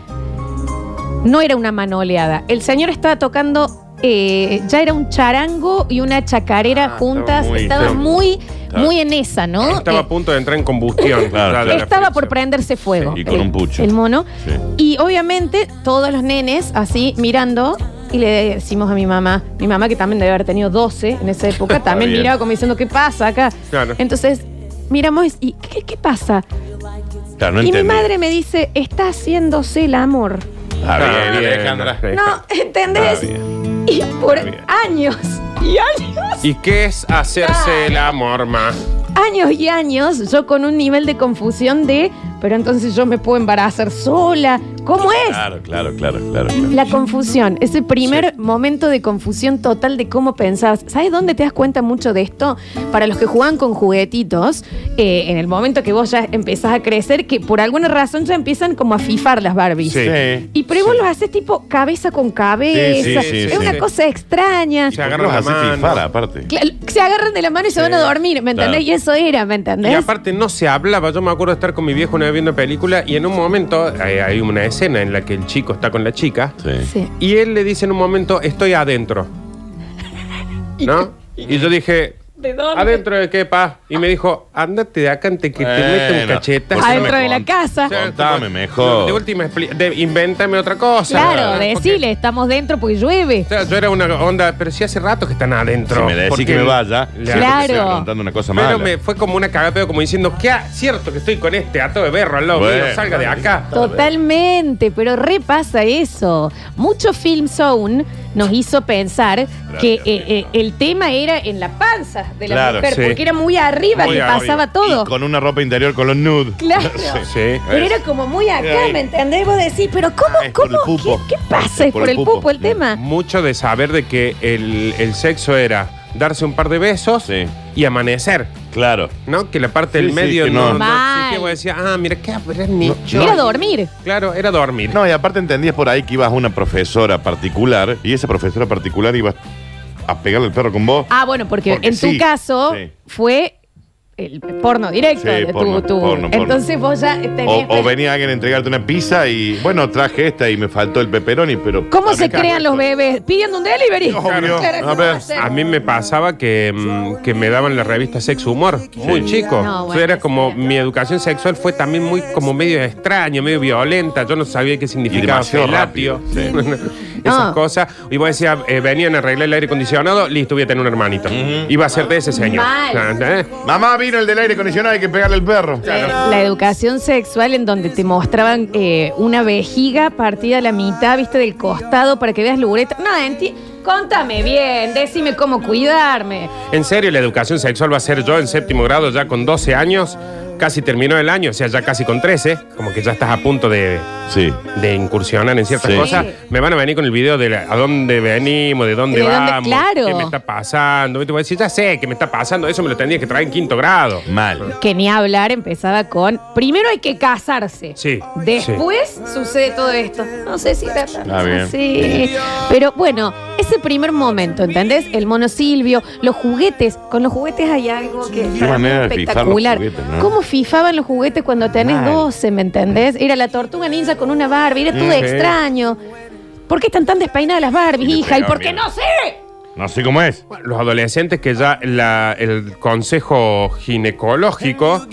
[SPEAKER 1] no era una manoleada. El señor estaba tocando, eh, ya era un charango y una chacarera juntas,
[SPEAKER 3] Ah, muy-
[SPEAKER 1] estaba
[SPEAKER 3] estaba-
[SPEAKER 1] muy,
[SPEAKER 3] estaba-
[SPEAKER 1] muy en esa, ¿no?
[SPEAKER 3] Estaba
[SPEAKER 1] Eh,
[SPEAKER 3] a punto de entrar en combustión. ya de la
[SPEAKER 1] estaba por prenderse fuego.
[SPEAKER 3] Sí, y con
[SPEAKER 1] el-
[SPEAKER 3] un pucho.
[SPEAKER 1] El mono.
[SPEAKER 3] Sí.
[SPEAKER 1] Y obviamente todos los nenes así mirando y le decimos a mi mamá, mi mamá que también debe haber tenido 12 en esa época,
[SPEAKER 3] Está
[SPEAKER 1] también
[SPEAKER 3] bien.
[SPEAKER 1] miraba como diciendo, ¿qué pasa acá?
[SPEAKER 3] Claro.
[SPEAKER 1] Entonces miramos y ¿qué, qué pasa?
[SPEAKER 2] Claro, no
[SPEAKER 1] y mi
[SPEAKER 2] entendí.
[SPEAKER 1] madre me dice, está haciéndose el amor.
[SPEAKER 3] Ah,
[SPEAKER 2] Está bien, Alejandra.
[SPEAKER 1] No, ¿entendés? Y por años y años.
[SPEAKER 3] ¿Y qué es hacerse el amor, ma?
[SPEAKER 1] años y años yo con un nivel de confusión de, pero entonces yo me puedo embarazar sola. ¿Cómo es?
[SPEAKER 2] Claro, claro, claro, claro. claro.
[SPEAKER 1] La confusión, ese primer momento de confusión total de cómo pensabas. ¿Sabes dónde te das cuenta mucho de esto? Para los que juegan con juguetitos, eh, en el momento que vos ya empezás a crecer, que por alguna razón ya empiezan como a fifar las Barbies.
[SPEAKER 2] Sí. Sí.
[SPEAKER 1] Y pero vos los haces tipo cabeza con cabeza.
[SPEAKER 2] Sí, sí, sí,
[SPEAKER 1] es
[SPEAKER 2] sí.
[SPEAKER 1] una
[SPEAKER 2] Sí.
[SPEAKER 1] cosa extraña.
[SPEAKER 2] Se agarran
[SPEAKER 3] la
[SPEAKER 2] así
[SPEAKER 3] mano.
[SPEAKER 2] fifar, aparte.
[SPEAKER 1] Claro, Se agarran de la mano y se van a dormir, ¿me entendés?
[SPEAKER 3] Claro.
[SPEAKER 1] Y eso era, ¿me entendés?
[SPEAKER 3] Y aparte no se hablaba. Yo me acuerdo de estar con mi viejo una vez viendo película y en un momento hay, hay una escena en la que el chico está con la chica
[SPEAKER 1] Sí.
[SPEAKER 3] y él le dice en un momento, estoy adentro. ¿No? Y yo dije,
[SPEAKER 1] ¿De dónde?
[SPEAKER 3] ¿adentro de qué, pa? Y me dijo, ándate de acá antes que te mete un
[SPEAKER 2] Bueno,
[SPEAKER 3] cachetazo.
[SPEAKER 1] Adentro de la casa.
[SPEAKER 2] Contame
[SPEAKER 3] De
[SPEAKER 2] mejor.
[SPEAKER 3] última, expli- de- invéntame otra cosa.
[SPEAKER 1] Claro,
[SPEAKER 3] Porque-
[SPEAKER 1] decile, estamos dentro porque llueve.
[SPEAKER 3] o sea, yo era una onda, pero sí hace rato que están adentro.
[SPEAKER 2] Si me decís
[SPEAKER 3] Porque
[SPEAKER 2] que me
[SPEAKER 3] el-
[SPEAKER 2] vaya,
[SPEAKER 3] la-
[SPEAKER 2] siento que estoy
[SPEAKER 1] Claro.
[SPEAKER 2] contando una cosa
[SPEAKER 3] Pero
[SPEAKER 2] mala.
[SPEAKER 3] me fue como una cagada, pero como diciendo, ¿qué? ha- Cierto que estoy con este ato de berro al lado
[SPEAKER 2] Bueno.
[SPEAKER 3] mío, salga de acá.
[SPEAKER 1] Totalmente, pero repasa eso. Mucho Film Zone nos hizo pensar que eh, eh, el tema era en la panza de la
[SPEAKER 2] Claro,
[SPEAKER 1] mujer,
[SPEAKER 2] sí.
[SPEAKER 1] porque era muy arriba
[SPEAKER 2] Muy
[SPEAKER 1] que
[SPEAKER 2] arriba.
[SPEAKER 1] pasaba todo.
[SPEAKER 2] Con una ropa interior color nude.
[SPEAKER 1] Claro.
[SPEAKER 2] Sí.
[SPEAKER 1] Pero era como muy
[SPEAKER 2] Era
[SPEAKER 1] acá,
[SPEAKER 2] ahí.
[SPEAKER 1] ¿me entendés? Vos decís, pero ¿cómo, cómo? ¿Qué, qué pasa? Es por, el pupo, el tema.
[SPEAKER 3] Mucho de saber de que el, el sexo era darse un par de besos y amanecer.
[SPEAKER 2] Claro.
[SPEAKER 3] ¿No? Que la parte del
[SPEAKER 2] Sí, sí,
[SPEAKER 3] medio
[SPEAKER 2] que
[SPEAKER 3] no.
[SPEAKER 2] no.
[SPEAKER 3] no-
[SPEAKER 1] Mal.
[SPEAKER 3] sí que vos decías, ah, mira, ¿qué habrás nicho?
[SPEAKER 1] Era dormir.
[SPEAKER 3] Claro, era dormir.
[SPEAKER 2] No, y aparte entendías por ahí que ibas a una profesora particular y esa profesora particular ibas a pegarle el perro con vos.
[SPEAKER 1] Ah, bueno, porque,
[SPEAKER 2] Porque
[SPEAKER 1] en
[SPEAKER 2] sí,
[SPEAKER 1] tu caso
[SPEAKER 2] sí.
[SPEAKER 1] fue el porno directo
[SPEAKER 2] Sí,
[SPEAKER 1] de tu-
[SPEAKER 2] porno,
[SPEAKER 1] tu-
[SPEAKER 2] porno, porno.
[SPEAKER 1] Entonces vos ya tenés.
[SPEAKER 2] O, o venía alguien a entregarte una pizza y, bueno, traje esta y me faltó el pepperoni, pero.
[SPEAKER 1] ¿Cómo
[SPEAKER 2] también
[SPEAKER 1] se crean los bebés? Pidiendo un delivery.
[SPEAKER 2] Obvio.
[SPEAKER 1] Claro, ¿cómo va
[SPEAKER 3] A, ver,
[SPEAKER 1] a ser?
[SPEAKER 3] a mí me pasaba que, mm, que me daban la revista Sexo Humor, muy chico.
[SPEAKER 1] No,
[SPEAKER 3] Yo
[SPEAKER 1] bueno,
[SPEAKER 3] era como, mi educación sexual fue también muy como medio extraña, medio violenta. Yo no sabía qué significaba
[SPEAKER 2] demasiado
[SPEAKER 3] felatio.
[SPEAKER 2] rápido,
[SPEAKER 3] Esas
[SPEAKER 1] No.
[SPEAKER 3] cosas. Y vos decías, eh, venían a arreglar el aire acondicionado, listo, voy a tener un hermanito. Iba a ser de ese señor.
[SPEAKER 1] Mal.
[SPEAKER 3] ¿Eh?
[SPEAKER 2] Mamá vino el del aire acondicionado, hay que pegarle el perro.
[SPEAKER 1] La educación sexual en donde te mostraban eh, una vejiga partida a la mitad, viste, del costado para que veas la uretra. No, enti- contame bien, decime cómo cuidarme.
[SPEAKER 3] En serio, la educación sexual va a ser yo en séptimo grado ya con 12 años. Casi terminó el año, o sea, ya casi con 13, como que ya estás a punto de, de incursionar en ciertas
[SPEAKER 2] Sí.
[SPEAKER 3] cosas.
[SPEAKER 1] Sí.
[SPEAKER 3] Me van a venir con el video de la- a dónde venimos, de dónde
[SPEAKER 1] De dónde,
[SPEAKER 3] vamos,
[SPEAKER 1] claro.
[SPEAKER 3] qué me está pasando. Y te voy a decir, ya sé que me está pasando, eso me lo tendría que traer en quinto grado.
[SPEAKER 2] Mal.
[SPEAKER 1] Que ni hablar empezaba con, primero hay que casarse.
[SPEAKER 3] Sí.
[SPEAKER 1] Después sucede todo esto. No sé si era tan
[SPEAKER 3] Está bien.
[SPEAKER 1] así. Pero bueno, ese primer momento, ¿entendés? El mono Silvio, los juguetes. Con los juguetes hay algo que
[SPEAKER 2] Qué
[SPEAKER 1] para mí
[SPEAKER 2] manera
[SPEAKER 1] es
[SPEAKER 2] de fifar los
[SPEAKER 1] espectacular.
[SPEAKER 2] juguetes, ¿no?
[SPEAKER 1] ¿Cómo fifaban los juguetes cuando tenés
[SPEAKER 2] Mal.
[SPEAKER 1] 12, ¿me entendés? Era la tortuga ninja con una Barbie, era todo
[SPEAKER 2] Mm, sí.
[SPEAKER 1] extraño. ¿Por qué están tan despeinadas las Barbies, hija? ¿Y por qué
[SPEAKER 3] mira.
[SPEAKER 1] no sé?
[SPEAKER 2] No sé cómo es.
[SPEAKER 3] Los adolescentes que ya la- el consejo ginecológico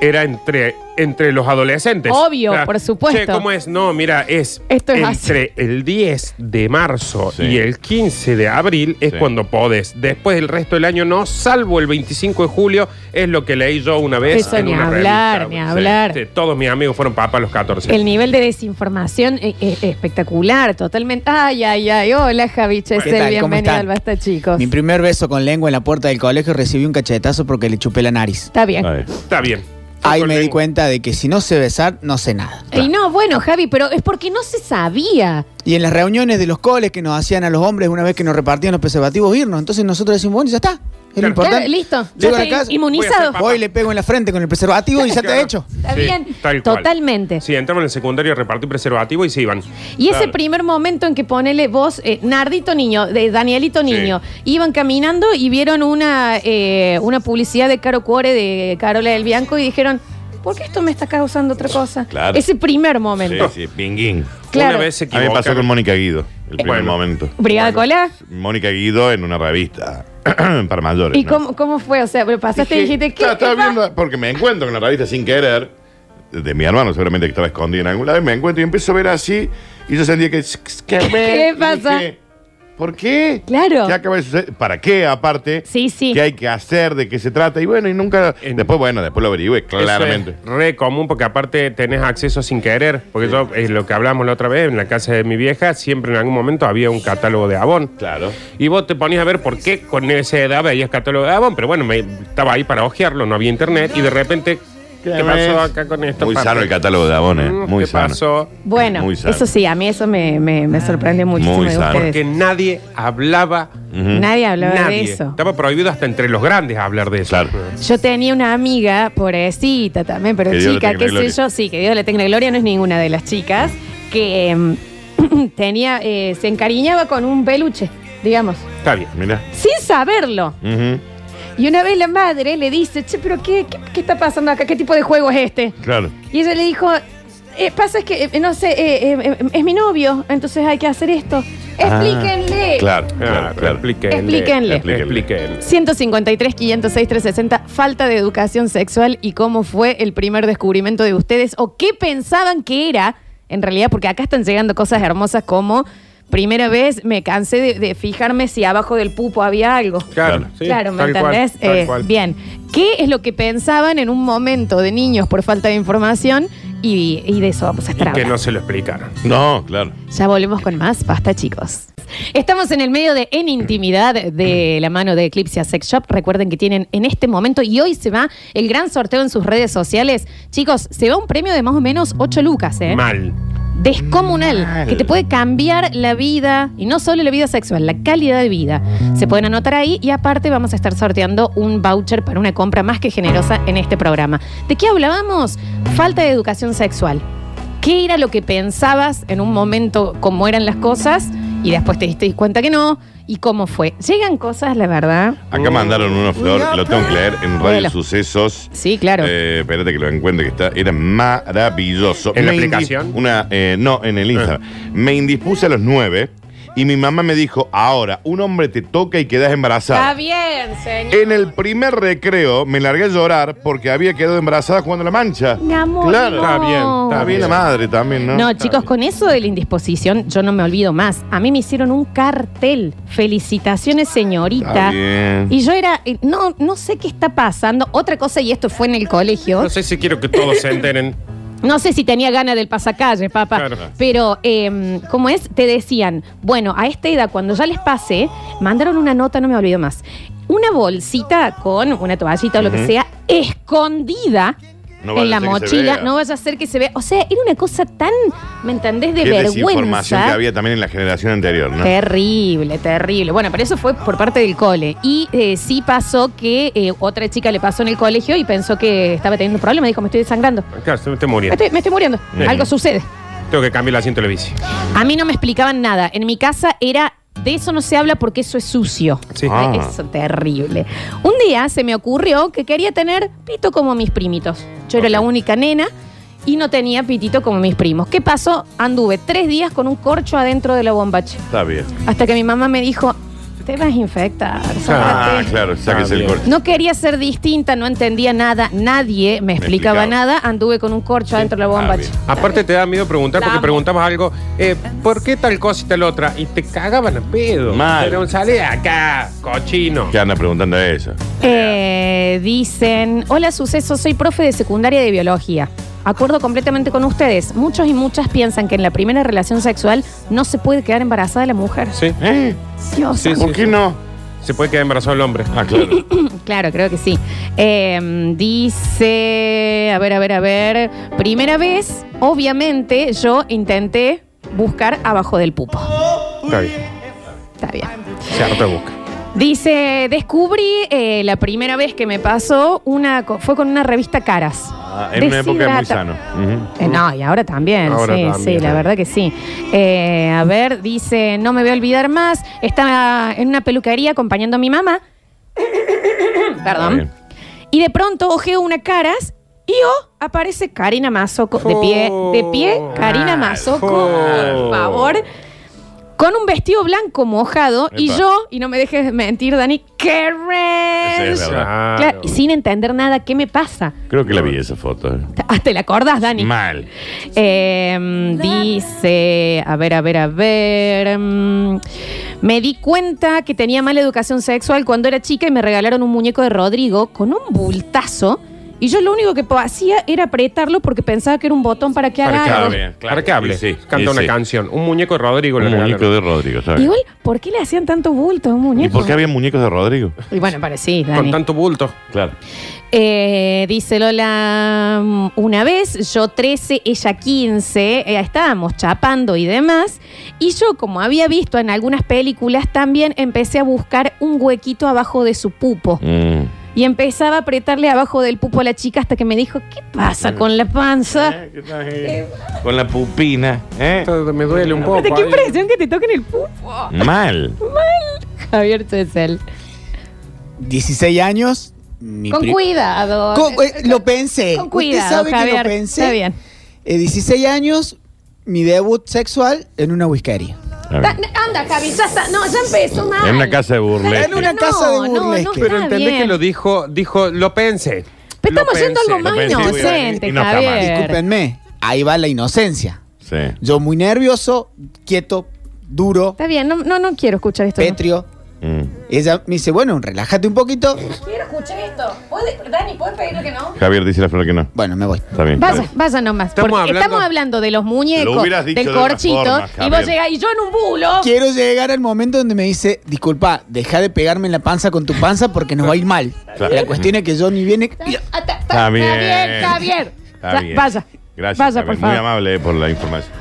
[SPEAKER 3] era entre, entre los adolescentes.
[SPEAKER 1] Obvio,
[SPEAKER 3] Era,
[SPEAKER 1] por supuesto.
[SPEAKER 3] "Che, ¿Cómo es? No, mira, es
[SPEAKER 1] Esto es así.
[SPEAKER 3] entre el 10 de marzo
[SPEAKER 2] Sí.
[SPEAKER 3] y el 15 de abril es
[SPEAKER 2] Sí.
[SPEAKER 3] cuando podés. Después el resto del año no, salvo el 25 de julio, es lo que leí yo una vez
[SPEAKER 1] Eso
[SPEAKER 3] en
[SPEAKER 1] ni
[SPEAKER 3] una
[SPEAKER 1] hablar, ni
[SPEAKER 3] revista. Sí,
[SPEAKER 1] hablar.
[SPEAKER 3] sí, todos mis amigos fueron papas a los 14.
[SPEAKER 1] El nivel de desinformación es, es espectacular, totalmente. Ay, ay, ay. Hola, Javi
[SPEAKER 13] ¿Qué
[SPEAKER 1] Chesel,
[SPEAKER 13] tal? ¿Cómo
[SPEAKER 1] bienvenido
[SPEAKER 13] están?
[SPEAKER 1] al Basta, chicos.
[SPEAKER 13] Mi primer beso con lengua en la puerta del colegio recibí un cachetazo porque le chupé la nariz.
[SPEAKER 1] Está bien.
[SPEAKER 3] Está bien.
[SPEAKER 13] Ahí me di cuenta de que si no sé besar, no sé nada.
[SPEAKER 1] Y no, bueno, Javi, pero es porque no se sabía.
[SPEAKER 13] Y en las reuniones de los coles que nos hacían a los hombres una vez que nos repartían los preservativos, irnos. Entonces nosotros decimos, bueno, ya está. Es lo
[SPEAKER 1] Claro.
[SPEAKER 13] importante.
[SPEAKER 1] Claro, listo. Ya
[SPEAKER 13] Llego a la
[SPEAKER 1] estoy
[SPEAKER 13] casa,
[SPEAKER 1] inmunizado. Voy a ser papá.
[SPEAKER 13] Voy y le pego en la frente con el preservativo y ya está hecho.
[SPEAKER 1] Está
[SPEAKER 3] Sí,
[SPEAKER 1] bien.
[SPEAKER 3] tal cual.
[SPEAKER 1] Totalmente.
[SPEAKER 3] Sí, entramos en el secundario, repartí preservativo y se iban.
[SPEAKER 1] Y ese
[SPEAKER 3] Claro.
[SPEAKER 1] primer momento en que ponele vos, eh, Nardito Niño, de Danielito Niño, iban caminando y vieron una, eh, una publicidad de Caro Cuore de Carola del Bianco y dijeron, ¿por qué esto me está causando otra cosa?
[SPEAKER 2] Claro.
[SPEAKER 1] Ese primer
[SPEAKER 2] Sí,
[SPEAKER 1] momento.
[SPEAKER 2] sí, pinguín.
[SPEAKER 1] Claro.
[SPEAKER 3] Una vez se
[SPEAKER 2] A mí me pasó
[SPEAKER 3] equivocaron.
[SPEAKER 2] con Mónica Guido, el primer
[SPEAKER 3] Bueno.
[SPEAKER 2] momento.
[SPEAKER 1] Brigada Cola.
[SPEAKER 2] Mónica Guido en una revista para mayores.
[SPEAKER 1] ¿Y
[SPEAKER 2] ¿no?
[SPEAKER 1] cómo, cómo fue? O sea, pero pasaste y dijiste, ¿qué?
[SPEAKER 2] Claro, estaba
[SPEAKER 1] qué pa-?"
[SPEAKER 2] viendo, porque me encuentro con la revista sin querer, de mi hermano, seguramente que estaba escondido en algún lado, y me encuentro y empiezo a ver así, y yo sentía que. que me-
[SPEAKER 1] ¿Qué pasa?
[SPEAKER 2] dije, ¿Por qué?
[SPEAKER 1] Claro.
[SPEAKER 2] ¿Qué acaba de suceder? ¿Para qué, aparte?
[SPEAKER 1] Sí, sí.
[SPEAKER 2] ¿Qué hay que hacer? ¿De qué se trata? Y bueno, y nunca. Después, bueno, después lo averigüé,
[SPEAKER 3] Eso
[SPEAKER 2] claramente.
[SPEAKER 3] es re común porque aparte tenés acceso sin querer. Porque yo, es lo que hablamos la otra vez, en la casa de mi vieja, siempre en algún momento había un catálogo de Avon.
[SPEAKER 2] Claro.
[SPEAKER 3] Y vos te ponías a ver por qué con esa edad veías catálogo de Avon, pero bueno, me, estaba ahí para ojearlo, no había internet y de repente, ¿qué, pasó
[SPEAKER 2] ves?
[SPEAKER 3] acá con esto? Mm,
[SPEAKER 2] Muy sano el catálogo de Avon, eh, Muy
[SPEAKER 3] ¿Qué
[SPEAKER 2] sano.
[SPEAKER 3] pasó?
[SPEAKER 1] Bueno,
[SPEAKER 2] Muy sano.
[SPEAKER 1] eso sí, a mí eso me, me, me sorprende muchísimo
[SPEAKER 2] Muy
[SPEAKER 1] de
[SPEAKER 2] sano.
[SPEAKER 1] ustedes.
[SPEAKER 3] Porque nadie hablaba.
[SPEAKER 1] Nadie hablaba de eso.
[SPEAKER 3] Estaba prohibido hasta entre los grandes hablar de eso.
[SPEAKER 1] Yo tenía una amiga, pobrecita también, pero
[SPEAKER 3] Que Dios le
[SPEAKER 1] chica,
[SPEAKER 3] tenga
[SPEAKER 1] qué
[SPEAKER 3] la
[SPEAKER 1] sé
[SPEAKER 3] gloria.
[SPEAKER 1] yo, sí, que Dios le tenga la gloria, no es ninguna de las chicas, que em, tenía, eh, se encariñaba con un peluche, digamos,
[SPEAKER 3] Está bien.
[SPEAKER 2] Mira.
[SPEAKER 1] sin saberlo.
[SPEAKER 2] Ujú.
[SPEAKER 1] Y una vez la madre le dice, che, pero qué, qué, qué está pasando acá? ¿Qué tipo de juego es este?
[SPEAKER 2] Claro.
[SPEAKER 1] Y ella le dijo, "Eh, pasa es que, eh, no sé, eh, eh, eh, es mi novio, entonces hay que hacer esto.
[SPEAKER 3] Ah,
[SPEAKER 1] Explíquenle.
[SPEAKER 2] Eh, Claro, claro, claro.
[SPEAKER 3] Explíquenle.
[SPEAKER 1] Explíquenle.
[SPEAKER 3] Explíquenle.
[SPEAKER 1] 153, 506, 360, falta de educación sexual y cómo fue el primer descubrimiento de ustedes o qué pensaban que era, en realidad, porque acá están llegando cosas hermosas como primera vez me cansé de, de fijarme si abajo del pupo había algo.
[SPEAKER 3] Claro, sí,
[SPEAKER 1] claro, ¿me
[SPEAKER 3] tal cual,
[SPEAKER 1] entendés?
[SPEAKER 3] tal
[SPEAKER 1] Eh,
[SPEAKER 3] cual.
[SPEAKER 1] bien, ¿qué es lo que pensaban en un momento de niños por falta de información? Y, y de eso vamos a estar
[SPEAKER 3] Y que
[SPEAKER 1] hablando.
[SPEAKER 3] no se lo explicaron.
[SPEAKER 2] No, claro.
[SPEAKER 1] Ya volvemos con más, basta chicos. Estamos en el medio de En Intimidad de la mano de Eclipse Sex Shop. Recuerden que tienen en este momento y hoy se va el gran sorteo en sus redes sociales. Chicos, se va un premio de más o menos 8 lucas, ¿eh?
[SPEAKER 3] Mal.
[SPEAKER 1] Descomunal, que te puede cambiar la vida, y no solo la vida sexual, la calidad de vida. Se pueden anotar ahí y aparte vamos a estar sorteando un voucher para una compra más que generosa en este programa. ¿De qué hablábamos? Falta de educación sexual. ¿Qué era lo que pensabas en un momento, cómo eran las cosas, y después te diste cuenta que no, y cómo fue? Llegan cosas, la verdad.
[SPEAKER 2] Acá mandaron una flor, lo tengo que leer en Radio
[SPEAKER 1] Léelo.
[SPEAKER 2] Sucesos.
[SPEAKER 1] Sí, claro.
[SPEAKER 2] Eh, espérate que lo encuentre, que está, era maravilloso.
[SPEAKER 3] ¿En la
[SPEAKER 2] Me indi-
[SPEAKER 3] aplicación? Eh.
[SPEAKER 2] Una, eh, no, en el Instagram. Me indispuse a los nueve y mi mamá me dijo, ahora, un hombre te toca y quedas
[SPEAKER 1] Está
[SPEAKER 2] embarazada.
[SPEAKER 1] bien, señor.
[SPEAKER 2] En el primer recreo me largué a llorar porque había quedado embarazada jugando a la mancha.
[SPEAKER 1] Mi amor,
[SPEAKER 2] Claro.
[SPEAKER 1] no. Está bien, está
[SPEAKER 2] Está bien la
[SPEAKER 1] bien.
[SPEAKER 2] madre también, ¿no?
[SPEAKER 1] No, chicos, con eso de la indisposición yo no me olvido más. A mí me hicieron un cartel. Felicitaciones,
[SPEAKER 2] Está
[SPEAKER 1] señorita.
[SPEAKER 2] bien.
[SPEAKER 1] Y yo era, eh, no, no sé qué está pasando. Otra cosa, y esto fue en el colegio.
[SPEAKER 3] No sé si quiero que todos se enteren.
[SPEAKER 1] No sé si tenía ganas del pasacalle, papá.
[SPEAKER 3] Claro.
[SPEAKER 1] Pero, eh, como es, te decían, bueno, a esta edad, cuando ya les pase, mandaron una nota, no me olvido más. Una bolsita con una toallita o lo que
[SPEAKER 2] Ujú.
[SPEAKER 1] sea, escondida
[SPEAKER 2] No vaya
[SPEAKER 1] en la
[SPEAKER 2] a ser que se
[SPEAKER 1] mochila.
[SPEAKER 2] vea.
[SPEAKER 1] No vaya a ser que se vea. O sea, era una cosa tan, ¿me entendés? De
[SPEAKER 2] Qué
[SPEAKER 1] vergüenza. Eh.
[SPEAKER 2] desinformación que había también en la generación anterior, ¿no?
[SPEAKER 1] Terrible, terrible. Bueno, pero eso fue por parte del cole. Y eh, sí pasó que eh, otra chica le pasó en el colegio y pensó que estaba teniendo un problema. Dijo, me estoy desangrando.
[SPEAKER 3] Claro, se me estoy
[SPEAKER 1] Me
[SPEAKER 3] muriendo.
[SPEAKER 1] estoy, me estoy muriendo.
[SPEAKER 3] Sí.
[SPEAKER 1] Algo sucede.
[SPEAKER 3] Tengo que cambiar el asiento de la bici.
[SPEAKER 1] A mí no me explicaban nada. En mi casa era, de eso no se habla porque eso es sucio.
[SPEAKER 3] Sí.
[SPEAKER 1] Ay,
[SPEAKER 3] Ah.
[SPEAKER 1] Eso, terrible. Un día se me ocurrió que quería tener pito como mis primitos. Yo era la única nena y no tenía pitito como mis primos. ¿Qué pasó? Anduve tres días con un corcho adentro de la bombacha.
[SPEAKER 2] Está bien.
[SPEAKER 1] Hasta que mi mamá me dijo, Te vas a infectar.
[SPEAKER 2] Ah,
[SPEAKER 1] sacate.
[SPEAKER 2] claro, sáquese el corcho.
[SPEAKER 1] No quería ser distinta, no entendía nada, nadie me explicaba
[SPEAKER 3] explicaba.
[SPEAKER 1] nada, anduve con un corcho adentro de la bomba.
[SPEAKER 3] Aparte te da miedo preguntar
[SPEAKER 1] La
[SPEAKER 3] porque
[SPEAKER 1] amo.
[SPEAKER 3] preguntabas algo, eh, ¿por qué tal cosa y tal otra? Y te cagaban a pedo.
[SPEAKER 2] Mal.
[SPEAKER 3] Pero sale de acá, cochino.
[SPEAKER 2] ¿Qué anda preguntando eso?
[SPEAKER 1] Eh, dicen, hola suceso, soy profe de secundaria de biología. Acuerdo completamente con ustedes. Muchos y muchas piensan que en la primera relación sexual no se puede quedar embarazada la mujer.
[SPEAKER 3] Sí.
[SPEAKER 1] Dios.
[SPEAKER 2] ¿Eh? ¿Por qué no?
[SPEAKER 3] Se puede quedar embarazado el hombre.
[SPEAKER 2] Ah, claro.
[SPEAKER 1] Claro, creo que sí. Eh, dice, a ver, a ver, a ver. Primera vez, obviamente, yo intenté buscar abajo del pupo.
[SPEAKER 3] Está bien.
[SPEAKER 1] Está bien.
[SPEAKER 3] Se harta boca.
[SPEAKER 1] Dice, descubrí eh, la primera vez que me pasó, una, co- fue con una revista Caras.
[SPEAKER 2] Ah, en una época muy
[SPEAKER 1] Deshidrata-
[SPEAKER 2] sano.
[SPEAKER 1] Eh, no, y ahora también,
[SPEAKER 2] Ahora
[SPEAKER 1] sí,
[SPEAKER 2] también,
[SPEAKER 1] sí, la
[SPEAKER 2] también.
[SPEAKER 1] verdad que sí. Eh, a ver, dice, no me voy a olvidar más, estaba en una peluquería acompañando a mi mamá. Perdón. Y de pronto ojeo una caras y oh, aparece Karina Mazoco, de pie, de pie,
[SPEAKER 2] Oh.
[SPEAKER 1] Karina Mazoco, por favor. Con un vestido blanco mojado y
[SPEAKER 2] Epa.
[SPEAKER 1] yo, y no me dejes mentir, Dani, ¡qué
[SPEAKER 2] Sí, es
[SPEAKER 1] ranch!
[SPEAKER 2] verdad.
[SPEAKER 1] Claro, y sin entender nada, ¿qué me pasa?
[SPEAKER 2] Creo que la vi esa foto. eh.
[SPEAKER 1] Ah, ¿Te la acordás, Dani?
[SPEAKER 2] Mal.
[SPEAKER 1] Eh, dice, a ver, a ver, a ver. mm, me di cuenta que tenía mala educación sexual cuando era chica y me regalaron un muñeco de Rodrigo con un bultazo. Y yo lo único que po- hacía era apretarlo porque pensaba que era un botón para que haga algo.
[SPEAKER 3] Para que hable.
[SPEAKER 2] Sí, sí,
[SPEAKER 3] Canta
[SPEAKER 2] sí,
[SPEAKER 3] una
[SPEAKER 2] sí.
[SPEAKER 3] canción. Un muñeco de Rodrigo.
[SPEAKER 2] Un
[SPEAKER 3] le regalaron.
[SPEAKER 2] muñeco de Rodrigo, ¿sabes?
[SPEAKER 1] Igual, ¿por qué le hacían tanto bulto a un
[SPEAKER 2] ¿Y
[SPEAKER 1] muñeco?
[SPEAKER 2] por qué había muñecos de Rodrigo?
[SPEAKER 1] Y bueno, para sí, Dani.
[SPEAKER 3] tanto bulto.
[SPEAKER 2] Claro.
[SPEAKER 1] Eh, dice Lola, mm, una vez, yo 13, ella 15, eh, estábamos chapando y demás, y yo como había visto en algunas películas también empecé a buscar un huequito abajo de su pupo.
[SPEAKER 2] Mm.
[SPEAKER 1] Y empezaba a apretarle abajo del pupo a la chica hasta que me dijo, ¿qué pasa con la panza?
[SPEAKER 2] Eh, Con la pupina, ¿eh?
[SPEAKER 3] Me duele un poco.
[SPEAKER 1] Aparte, qué impresión que te toquen el pupo.
[SPEAKER 2] Mal.
[SPEAKER 1] Javier Cesel.
[SPEAKER 13] 16 años. mi
[SPEAKER 1] Con
[SPEAKER 13] pri-
[SPEAKER 1] cuidado.
[SPEAKER 13] Con- eh, lo pensé.
[SPEAKER 1] Con
[SPEAKER 13] Usted
[SPEAKER 1] cuidado,
[SPEAKER 13] sabe que
[SPEAKER 1] Javier.
[SPEAKER 13] lo pensé.
[SPEAKER 1] Está bien.
[SPEAKER 13] Eh, 16 años, mi debut sexual en una whiskería.
[SPEAKER 1] Da- anda, Javi, ya está. No, ya empezó mal.
[SPEAKER 2] En una casa de burles.
[SPEAKER 13] En una casa de
[SPEAKER 1] no,
[SPEAKER 13] burlesque.
[SPEAKER 1] no,
[SPEAKER 3] Pero
[SPEAKER 1] está
[SPEAKER 3] entendés
[SPEAKER 1] bien.
[SPEAKER 3] que lo dijo, dijo, lo pensé.
[SPEAKER 1] Pero
[SPEAKER 3] Lo
[SPEAKER 1] estamos haciendo
[SPEAKER 3] pensé,
[SPEAKER 1] algo
[SPEAKER 3] lo
[SPEAKER 1] más
[SPEAKER 3] pensé.
[SPEAKER 1] inocente,
[SPEAKER 3] Y no está mal.
[SPEAKER 1] Javier.
[SPEAKER 13] Discúlpenme, ahí va la inocencia.
[SPEAKER 2] Sí.
[SPEAKER 13] Yo muy nervioso, quieto, duro,
[SPEAKER 1] Está bien, no, no, no quiero escuchar esto.
[SPEAKER 13] petrio.
[SPEAKER 2] Mm.
[SPEAKER 13] Ella me dice, bueno, relájate un poquito.
[SPEAKER 1] Quiero escuchar esto. Dani, ¿puedes pedirle que no?
[SPEAKER 2] Javier dice la flor que no.
[SPEAKER 13] Bueno, me voy.
[SPEAKER 2] Está bien.
[SPEAKER 1] Vaya, vaya nomás.
[SPEAKER 3] Estamos
[SPEAKER 1] porque
[SPEAKER 3] hablando-
[SPEAKER 1] estamos hablando de los
[SPEAKER 2] Lo
[SPEAKER 1] muñecos,
[SPEAKER 2] hubieras dicho
[SPEAKER 1] del
[SPEAKER 2] de otra
[SPEAKER 1] corchito,
[SPEAKER 2] forma,
[SPEAKER 1] y
[SPEAKER 2] Javier.
[SPEAKER 1] vos llegás y yo en un bulo.
[SPEAKER 13] Quiero llegar al momento donde me dice, disculpa, deja de pegarme en la panza con tu panza porque nos va a ir mal.
[SPEAKER 2] Claro.
[SPEAKER 13] La cuestión es que yo ni viene...
[SPEAKER 1] Ah, ta- ta-
[SPEAKER 2] Está bien.
[SPEAKER 1] Javier, Javier.
[SPEAKER 2] Está
[SPEAKER 1] Ya,
[SPEAKER 2] bien.
[SPEAKER 1] Vaya.
[SPEAKER 2] Gracias.
[SPEAKER 1] Vaya,
[SPEAKER 2] Javier.
[SPEAKER 1] por
[SPEAKER 2] Muy
[SPEAKER 1] favor.
[SPEAKER 2] amable eh, por la información.